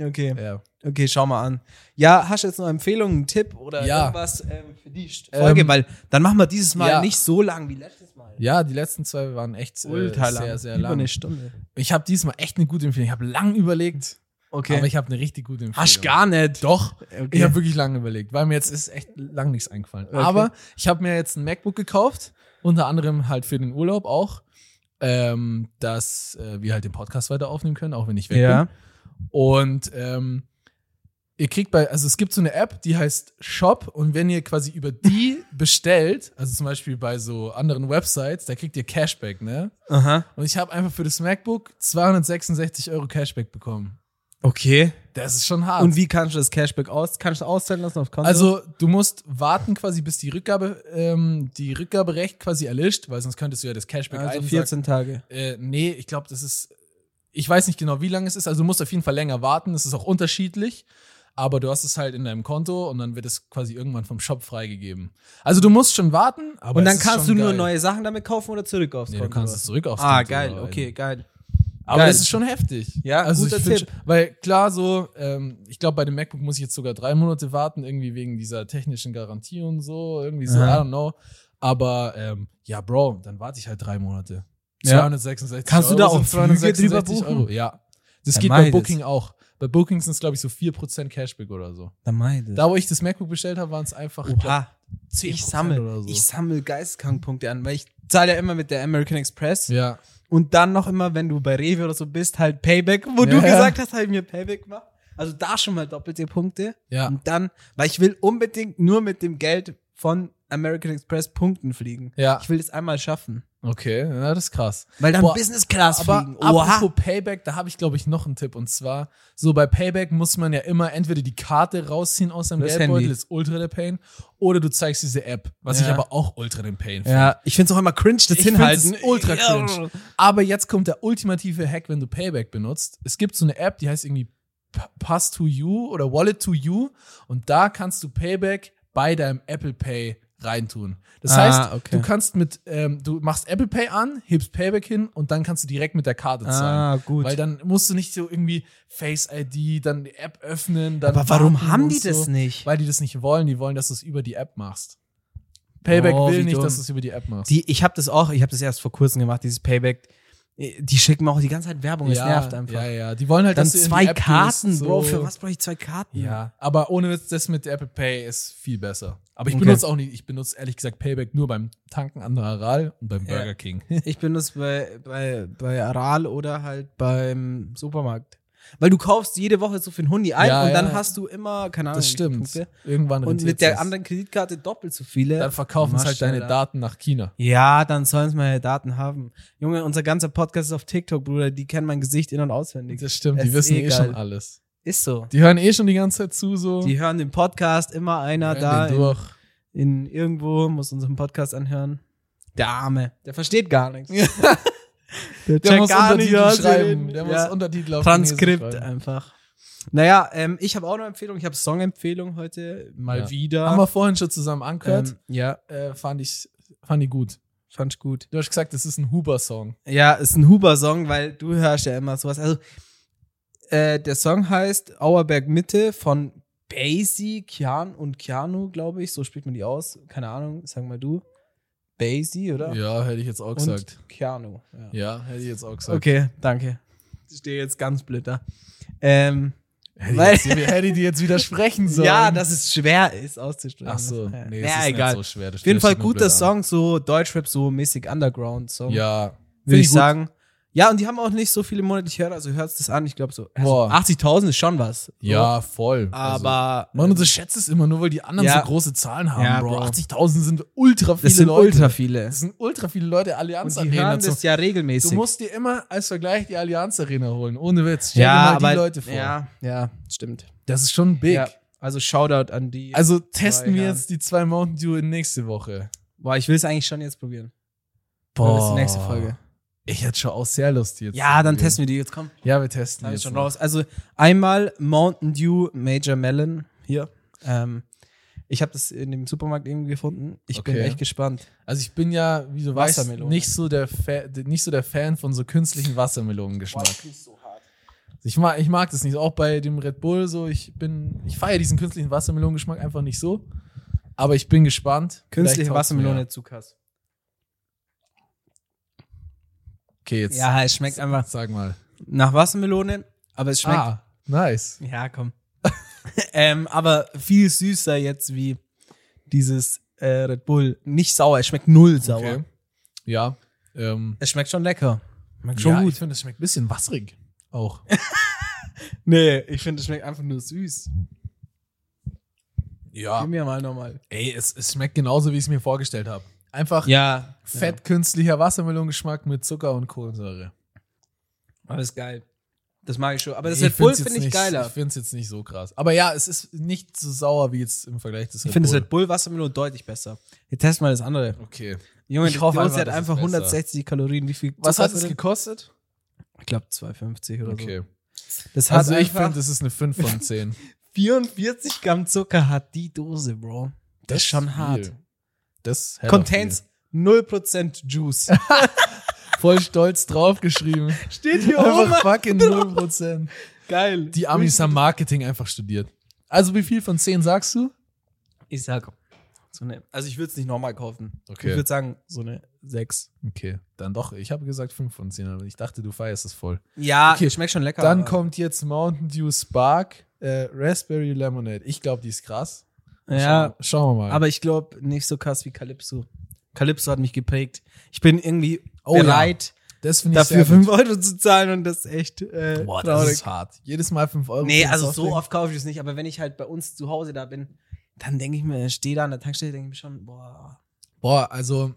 Speaker 2: Okay.
Speaker 1: er.
Speaker 2: Okay, schau mal an. Ja, hast du jetzt noch Empfehlungen, einen Tipp oder
Speaker 1: Ja.
Speaker 2: irgendwas ähm, für die St-
Speaker 1: Ähm,
Speaker 2: Folge? weil dann machen wir dieses Mal
Speaker 1: ja.
Speaker 2: nicht so lang wie letztes Mal.
Speaker 1: Ja, die letzten zwei waren echt äh, sehr, sehr
Speaker 2: Über
Speaker 1: lang.
Speaker 2: eine Stunde.
Speaker 1: Ich habe diesmal echt eine gute Empfehlung. Ich habe lang überlegt,
Speaker 2: Okay.
Speaker 1: aber ich habe eine richtig gute Empfehlung.
Speaker 2: hast gar nicht.
Speaker 1: Doch.
Speaker 2: Okay.
Speaker 1: Ich habe wirklich lange überlegt, weil mir jetzt ist echt lang nichts eingefallen.
Speaker 2: Okay.
Speaker 1: Aber ich habe mir jetzt ein MacBook gekauft, unter anderem halt für den Urlaub auch, ähm, dass äh, wir halt den Podcast weiter aufnehmen können, auch wenn ich weg
Speaker 2: ja.
Speaker 1: bin. Und ähm, ihr kriegt bei, also es gibt so eine App, die heißt Shop und wenn ihr quasi über
Speaker 2: *laughs*
Speaker 1: die bestellt, also zum Beispiel bei so anderen Websites, da kriegt ihr Cashback, ne?
Speaker 2: Aha.
Speaker 1: Und ich habe einfach für das MacBook 266 Euro Cashback bekommen.
Speaker 2: Okay.
Speaker 1: Das ist schon hart.
Speaker 2: Und wie kannst du das Cashback aus? Kannst du auszahlen lassen auf Konto?
Speaker 1: Also du musst warten quasi, bis die Rückgabe, ähm, die Rückgaberecht quasi erlischt, weil sonst könntest du ja das Cashback
Speaker 2: also
Speaker 1: also
Speaker 2: 14 Tage.
Speaker 1: äh, nee, ich glaube, das ist, ich weiß nicht genau, wie lange es ist. Also du musst auf jeden Fall länger warten. Es ist auch unterschiedlich, aber du hast es halt in deinem Konto und dann wird es quasi irgendwann vom Shop freigegeben. Also du musst schon warten, aber
Speaker 2: Und dann
Speaker 1: es ist
Speaker 2: kannst du
Speaker 1: schon
Speaker 2: nur
Speaker 1: geil.
Speaker 2: neue Sachen damit kaufen oder zurück aufs
Speaker 1: Nee, du
Speaker 2: Konto?
Speaker 1: kannst es zurück aufs
Speaker 2: Ah,
Speaker 1: Konto
Speaker 2: geil.
Speaker 1: überweisen.
Speaker 2: Okay, geil.
Speaker 1: Aber
Speaker 2: Geil.
Speaker 1: das ist schon heftig.
Speaker 2: Ja,
Speaker 1: also
Speaker 2: guter
Speaker 1: ich find
Speaker 2: Tipp.
Speaker 1: schon- Weil klar, so, ähm, ich glaube, bei dem MacBook muss ich jetzt sogar drei Monate warten, irgendwie wegen dieser technischen Garantie und so, irgendwie so,
Speaker 2: Aha.
Speaker 1: I don't know. Aber ähm, ja, Bro, dann warte ich halt drei Monate.
Speaker 2: Ja.
Speaker 1: 266
Speaker 2: Kannst du
Speaker 1: Euro
Speaker 2: da auch
Speaker 1: sind
Speaker 2: Flüge drüber
Speaker 1: 266
Speaker 2: buchen?
Speaker 1: Euro. Ja. Das
Speaker 2: Dann
Speaker 1: geht
Speaker 2: mach
Speaker 1: bei
Speaker 2: ich das.
Speaker 1: Booking auch. Bei Booking sind es, glaube ich, so 4% Cashback oder so.
Speaker 2: Da meide.
Speaker 1: Da, wo ich das MacBook bestellt habe, waren es einfach ich glaub,
Speaker 2: Oha.
Speaker 1: 10%
Speaker 2: Ich sammle
Speaker 1: oder so.
Speaker 2: ich sammel Geisteskrankpunkte an, weil ich zahle ja immer mit der American Express.
Speaker 1: ja.
Speaker 2: Und dann noch immer, wenn du bei Rewe oder so bist, halt Payback, wo du
Speaker 1: Ja.
Speaker 2: gesagt hast, habe ich mir Payback gemacht. Also da schon mal doppelte Punkte.
Speaker 1: Ja.
Speaker 2: Und dann, weil ich will unbedingt nur mit dem Geld von American Express Punkten fliegen.
Speaker 1: Ja.
Speaker 2: Ich will das einmal schaffen.
Speaker 1: Okay, ja, das ist krass.
Speaker 2: Weil dann
Speaker 1: Boah,
Speaker 2: Business Class
Speaker 1: Aber
Speaker 2: fliegen.
Speaker 1: apropos Payback, da habe ich, glaube ich, noch einen Tipp. Und zwar, so bei Payback muss man ja immer entweder die Karte rausziehen aus seinem
Speaker 2: Das
Speaker 1: Geldbeutel,
Speaker 2: Handy.
Speaker 1: ist ultra der Pain, oder du zeigst diese App, was
Speaker 2: Ja.
Speaker 1: ich aber auch ultra den Pain finde.
Speaker 2: Ja, ich find's auch immer cringe, das
Speaker 1: Ich
Speaker 2: Hinhalten.
Speaker 1: find's ultra
Speaker 2: Ja.
Speaker 1: cringe. Aber jetzt kommt der ultimative Hack, wenn du Payback benutzt. Es gibt so eine App, die heißt irgendwie P- Pass to You oder Wallet to You und da kannst du Payback bei deinem Apple Pay reintun. Das
Speaker 2: Ah,
Speaker 1: heißt,
Speaker 2: okay.
Speaker 1: du kannst mit, ähm, du machst Apple Pay an, hebst Payback hin und dann kannst du direkt mit der Karte zahlen.
Speaker 2: Ah, gut.
Speaker 1: Weil dann musst du nicht so irgendwie Face ID, dann die App öffnen, dann.
Speaker 2: Aber warum
Speaker 1: warten
Speaker 2: haben
Speaker 1: und
Speaker 2: die das
Speaker 1: so.
Speaker 2: nicht?
Speaker 1: Weil die das nicht wollen. Die wollen, dass du es über die App machst. Payback
Speaker 2: Oh, wie
Speaker 1: will nicht,
Speaker 2: dumm.
Speaker 1: dass du es über die App machst.
Speaker 2: Die, ich habe das auch, ich habe das erst vor kurzem gemacht, dieses Payback. Äh, Die schicken mir auch die ganze Zeit Werbung, es nervt einfach.
Speaker 1: Ja, ja. Die wollen halt,
Speaker 2: Dann
Speaker 1: dass du in die
Speaker 2: zwei
Speaker 1: App gehst,
Speaker 2: Karten,
Speaker 1: so.
Speaker 2: Bro. Für was brauche ich zwei Karten?
Speaker 1: Ja, aber ohne Witz, das mit Apple Pay ist viel besser. Aber ich
Speaker 2: Okay.
Speaker 1: benutze auch nicht, ich benutze ehrlich gesagt Payback nur beim Tanken an der Aral und beim
Speaker 2: Ja. Ah,
Speaker 1: Burger King.
Speaker 2: Ich benutze bei, bei, bei Aral oder halt beim Supermarkt. Weil du kaufst jede Woche so für einen Hundi ein
Speaker 1: Ja,
Speaker 2: und
Speaker 1: ja.
Speaker 2: dann hast du immer, keine Ahnung,
Speaker 1: *laughs* Das
Speaker 2: wie viele
Speaker 1: stimmt.
Speaker 2: Punkte.
Speaker 1: Irgendwann
Speaker 2: Und
Speaker 1: rentiert
Speaker 2: mit der
Speaker 1: sich's.
Speaker 2: anderen Kreditkarte doppelt so viele.
Speaker 1: Dann verkaufen sie
Speaker 2: Mach
Speaker 1: halt deine
Speaker 2: schneller.
Speaker 1: Daten nach China.
Speaker 2: Ja, dann sollen sie meine Daten haben. Junge, unser ganzer Podcast ist auf TikTok, Bruder. Die kennen mein Gesicht in- und auswendig.
Speaker 1: Das stimmt, die
Speaker 2: Es ist
Speaker 1: wissen
Speaker 2: eh
Speaker 1: eh, schon
Speaker 2: geil.
Speaker 1: alles.
Speaker 2: Ist so.
Speaker 1: Die hören eh schon die ganze Zeit zu, so.
Speaker 2: Die hören den Podcast, immer einer
Speaker 1: hören
Speaker 2: da.
Speaker 1: den
Speaker 2: in-
Speaker 1: durch.
Speaker 2: in irgendwo, muss unseren Podcast anhören. Der Arme, der versteht gar nichts.
Speaker 1: Ja.
Speaker 2: *laughs* der
Speaker 1: Der
Speaker 2: checkt
Speaker 1: muss
Speaker 2: gar nicht,
Speaker 1: Untertitel
Speaker 2: was wir
Speaker 1: schreiben.
Speaker 2: reden.
Speaker 1: Der
Speaker 2: Ja.
Speaker 1: muss Untertitel auf
Speaker 2: Transkript
Speaker 1: Chinesisch schreiben.
Speaker 2: einfach. Naja, ähm, ich habe auch eine Empfehlung. Ich habe Songempfehlung heute mal
Speaker 1: Ja.
Speaker 2: wieder.
Speaker 1: Haben wir vorhin schon zusammen angehört.
Speaker 2: ähm, ja,
Speaker 1: äh, fand, ich, fand ich gut.
Speaker 2: fand ich gut.
Speaker 1: Du hast gesagt, das ist ein Huber-Song.
Speaker 2: Ja, ist ein Huber-Song, weil du hörst ja immer sowas. Also, äh, der Song heißt Auerberg Mitte von Basie, Kian und Keanu, glaube ich. So spricht man die aus. Keine Ahnung, sag mal du. Basie, oder?
Speaker 1: Ja, hätte ich jetzt auch gesagt.
Speaker 2: Und Keanu. Ja.
Speaker 1: Ja, hätte ich jetzt auch gesagt.
Speaker 2: Okay, danke. Ich stehe jetzt ganz blöd da. Ähm,
Speaker 1: Hätte, ich
Speaker 2: Weil-
Speaker 1: jetzt, hätte ich dir jetzt widersprechen sollen.
Speaker 2: *laughs* ja, dass es schwer ist auszusprechen.
Speaker 1: Ach so,
Speaker 2: Ja.
Speaker 1: nee, es
Speaker 2: ja,
Speaker 1: ist
Speaker 2: egal.
Speaker 1: nicht so schwer. das
Speaker 2: Auf jeden
Speaker 1: stellt
Speaker 2: Fall
Speaker 1: sich nur
Speaker 2: guter
Speaker 1: blöd an.
Speaker 2: Song, so Deutschrap, so mäßig Underground-Song.
Speaker 1: Ja,
Speaker 2: würde
Speaker 1: Find
Speaker 2: ich
Speaker 1: gut.
Speaker 2: sagen. Ja, und die haben auch nicht so viele monatliche Hörer, also hört das an. Ich glaube so, also
Speaker 1: Boah.
Speaker 2: 80.000 ist schon was. So.
Speaker 1: Ja, voll. Also,
Speaker 2: aber ähm,
Speaker 1: man unterschätzt es immer nur, weil die anderen
Speaker 2: Ja.
Speaker 1: so große Zahlen haben,
Speaker 2: Ja,
Speaker 1: Bro.
Speaker 2: Bro.
Speaker 1: 80.000 sind ultra viele
Speaker 2: das sind
Speaker 1: Leute.
Speaker 2: ultra viele.
Speaker 1: das sind ultra viele Leute
Speaker 2: Und
Speaker 1: Allianz
Speaker 2: die
Speaker 1: Arena.
Speaker 2: hören
Speaker 1: zu-
Speaker 2: das ja regelmäßig.
Speaker 1: Du musst dir immer als Vergleich die Allianz Arena holen. Ohne Witz. Stell
Speaker 2: ja,
Speaker 1: dir mal
Speaker 2: aber,
Speaker 1: die Leute vor.
Speaker 2: Ja, ja, stimmt.
Speaker 1: Das ist schon big.
Speaker 2: Ja, also Shoutout an die.
Speaker 1: Also testen wir
Speaker 2: Jahren.
Speaker 1: jetzt die zwei Mountain Dew in nächste Woche.
Speaker 2: Boah, ich will es eigentlich schon jetzt probieren. Oder Das ist die nächste Folge.
Speaker 1: Ich hätte schon auch sehr Lust jetzt.
Speaker 2: Ja, dann testen wir die jetzt. Komm,
Speaker 1: wir. Ja, wir testen
Speaker 2: da ist
Speaker 1: jetzt
Speaker 2: schon
Speaker 1: mal.
Speaker 2: raus. Also einmal Mountain Dew Major Melon hier. Ähm, ich habe das in dem Supermarkt irgendwie gefunden. Ich bin
Speaker 1: Okay.
Speaker 2: echt gespannt.
Speaker 1: Also ich bin ja, wie du weißt,
Speaker 2: Wassermelone.
Speaker 1: nicht so, der Fa nicht so der Fan von so künstlichen Wassermelonengeschmack. Ich mag, ich mag das nicht. Auch bei dem Red Bull so. Ich bin, ich feiere diesen künstlichen Wassermelonengeschmack einfach nicht so. Aber ich bin gespannt. Vielleicht
Speaker 2: Künstliche
Speaker 1: taugt's mir
Speaker 2: Wassermelone
Speaker 1: ja.
Speaker 2: zu krass.
Speaker 1: Okay, jetzt
Speaker 2: Ja, es schmeckt einfach
Speaker 1: sag mal.
Speaker 2: nach Wassermelone, aber es schmeckt.
Speaker 1: Ah, nice.
Speaker 2: Ja, komm. *laughs* ähm, aber viel süßer jetzt wie dieses äh, Red Bull. Nicht sauer, es schmeckt null sauer.
Speaker 1: Okay. Ja. Ähm,
Speaker 2: Es schmeckt schon lecker. Schmeckt
Speaker 1: ja, Ich finde, es schmeckt ein bisschen wasserig. Auch.
Speaker 2: Nee, ich finde, es schmeckt einfach nur süß.
Speaker 1: *laughs* ja.
Speaker 2: Gib mir mal nochmal.
Speaker 1: Ey, es, es schmeckt genauso, wie ich es mir vorgestellt habe. Einfach
Speaker 2: Ja.
Speaker 1: fett künstlicher Wassermelonengeschmack mit Zucker und Kohlensäure.
Speaker 2: Aber ist geil. Das mag ich schon. Aber das
Speaker 1: Nee,
Speaker 2: Red Bull
Speaker 1: find's jetzt
Speaker 2: finde ich
Speaker 1: nicht-
Speaker 2: geiler.
Speaker 1: Ich finde es jetzt nicht so krass. Aber ja, es ist nicht so sauer wie jetzt im Vergleich des
Speaker 2: Ich finde das Red Bull Wassermelone deutlich besser. Wir testen mal das andere.
Speaker 1: Okay.
Speaker 2: Junge,
Speaker 1: Ich
Speaker 2: die
Speaker 1: hoffe
Speaker 2: Dose
Speaker 1: einfach,
Speaker 2: hat
Speaker 1: das ist
Speaker 2: einfach
Speaker 1: besser.
Speaker 2: 160 Kalorien. Wie viel
Speaker 1: Was
Speaker 2: Zucker
Speaker 1: hat es
Speaker 2: drin?
Speaker 1: gekostet?
Speaker 2: Ich glaube 2,50 oder
Speaker 1: Okay.
Speaker 2: so. Das
Speaker 1: Also
Speaker 2: hat
Speaker 1: ich
Speaker 2: einfach
Speaker 1: finde, es ist eine 5
Speaker 2: *laughs*
Speaker 1: von 10.
Speaker 2: 44 Gramm Zucker hat die Dose, Bro. Das, ist schon
Speaker 1: viel.
Speaker 2: hart.
Speaker 1: Das hella
Speaker 2: Contains 0% Juice.
Speaker 1: viel. Voll stolz *laughs* draufgeschrieben.
Speaker 2: *laughs* Steht hier
Speaker 1: Einfach *laughs* fucking 0%.
Speaker 2: Geil.
Speaker 1: Die Amis haben Marketing einfach studiert. Also wie viel von 10 sagst du?
Speaker 2: Ich sag, so eine, also ich würde es nicht nochmal kaufen.
Speaker 1: Okay.
Speaker 2: Ich würde sagen, so eine 6.
Speaker 1: Okay, dann doch. Ich habe gesagt 5 von 10, aber ich dachte, du feierst es voll.
Speaker 2: Ja,
Speaker 1: Okay.
Speaker 2: schmeckt schon lecker.
Speaker 1: Dann
Speaker 2: aber-
Speaker 1: kommt jetzt Mountain Dew Spark äh, Raspberry Lemonade. Ich glaube, die ist krass.
Speaker 2: Ja,
Speaker 1: Schauen, schauen wir mal.
Speaker 2: aber ich glaube nicht so krass wie Calypso. Calypso hat mich geprägt. Ich bin irgendwie
Speaker 1: Oh, ja.
Speaker 2: bereit,
Speaker 1: das finde ich
Speaker 2: dafür
Speaker 1: sehr gut.
Speaker 2: 5 Euro zu zahlen und das ist echt äh,
Speaker 1: Boah, das
Speaker 2: traurig.
Speaker 1: ist hart. Jedes Mal 5 Euro.
Speaker 2: Nee,
Speaker 1: für den
Speaker 2: also
Speaker 1: Softdrink.
Speaker 2: so oft kaufe ich es nicht, aber wenn ich halt bei uns zu Hause da bin, dann denke ich mir, stehe da an der Tankstelle, denke ich mir schon, boah.
Speaker 1: Boah, also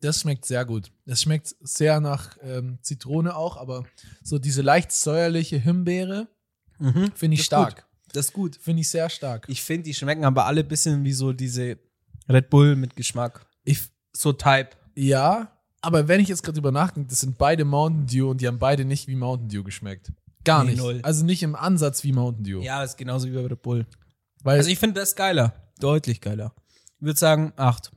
Speaker 1: das schmeckt sehr gut. Das schmeckt sehr nach ähm, Zitrone auch, aber so diese leicht säuerliche Himbeere finde ich
Speaker 2: Das ist
Speaker 1: stark.
Speaker 2: Das ist gut.
Speaker 1: Finde ich sehr stark.
Speaker 2: Ich finde, die schmecken aber alle ein bisschen wie so diese Red Bull mit Geschmack.
Speaker 1: Ich,
Speaker 2: So Type.
Speaker 1: ja, aber wenn ich jetzt gerade drüber nachdenke, das sind beide Mountain Dew und die haben beide nicht wie Mountain Dew geschmeckt. Gar
Speaker 2: Nee,
Speaker 1: nicht.
Speaker 2: null.
Speaker 1: Also nicht im Ansatz wie Mountain Dew.
Speaker 2: Ja, ist genauso wie bei Red Bull.
Speaker 1: Weil
Speaker 2: Also ich finde das geiler. Deutlich geiler. Ich würde sagen, acht.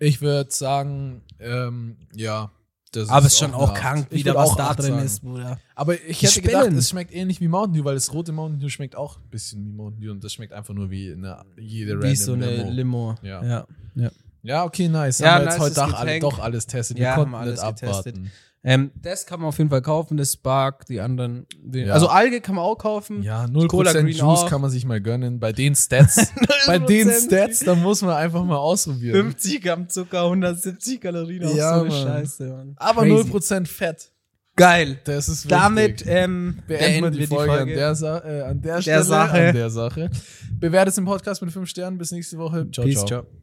Speaker 1: Ich würde sagen, ähm, ja. Das
Speaker 2: Aber es ist schon auch
Speaker 1: eine Acht.
Speaker 2: krank,
Speaker 1: Ich
Speaker 2: wieder
Speaker 1: würd
Speaker 2: was
Speaker 1: auch
Speaker 2: da
Speaker 1: Acht
Speaker 2: drin
Speaker 1: sagen.
Speaker 2: ist, Bruder.
Speaker 1: Aber ich
Speaker 2: Die
Speaker 1: hätte gedacht,
Speaker 2: Spinnen.
Speaker 1: es schmeckt ähnlich wie Mountain Dew, weil das rote Mountain Dew schmeckt auch ein bisschen wie Mountain Dew und das schmeckt einfach nur wie eine, jede
Speaker 2: Wie
Speaker 1: random
Speaker 2: so eine Limo.
Speaker 1: Limo.
Speaker 2: Ja.
Speaker 1: Ja.
Speaker 2: ja.
Speaker 1: Ja, okay, nice.
Speaker 2: Ja,
Speaker 1: haben wir
Speaker 2: nice,
Speaker 1: jetzt heute
Speaker 2: das
Speaker 1: doch, alle,
Speaker 2: Getränk.
Speaker 1: doch alles testet.
Speaker 2: Ja,
Speaker 1: wir konnten
Speaker 2: haben alles
Speaker 1: nicht abwarten.
Speaker 2: Ähm, das kann man auf jeden Fall kaufen, das Spark, die anderen. Die,
Speaker 1: Ja.
Speaker 2: Also Alge kann man auch kaufen.
Speaker 1: Ja,
Speaker 2: Cola
Speaker 1: 0%
Speaker 2: Green
Speaker 1: Juice
Speaker 2: auch.
Speaker 1: kann man sich mal gönnen. Bei den Stats, *laughs* bei den
Speaker 2: 0%
Speaker 1: Stats, da muss man einfach mal ausprobieren.
Speaker 2: 50 Gramm Zucker, 170 Kalorien auf
Speaker 1: Ja,
Speaker 2: so eine
Speaker 1: Mann.
Speaker 2: Scheiße, Mann.
Speaker 1: Aber
Speaker 2: Crazy.
Speaker 1: 0% Fett.
Speaker 2: Geil.
Speaker 1: Das ist wichtig.
Speaker 2: Damit ähm,
Speaker 1: beenden wir die Folge, an, der, Sa äh, an der, Stelle,
Speaker 2: Sache.
Speaker 1: An der Sache. Bewertet den Podcast mit 5 Sternen. Bis nächste Woche. Ciao,
Speaker 2: Peace,
Speaker 1: ciao.
Speaker 2: ciao.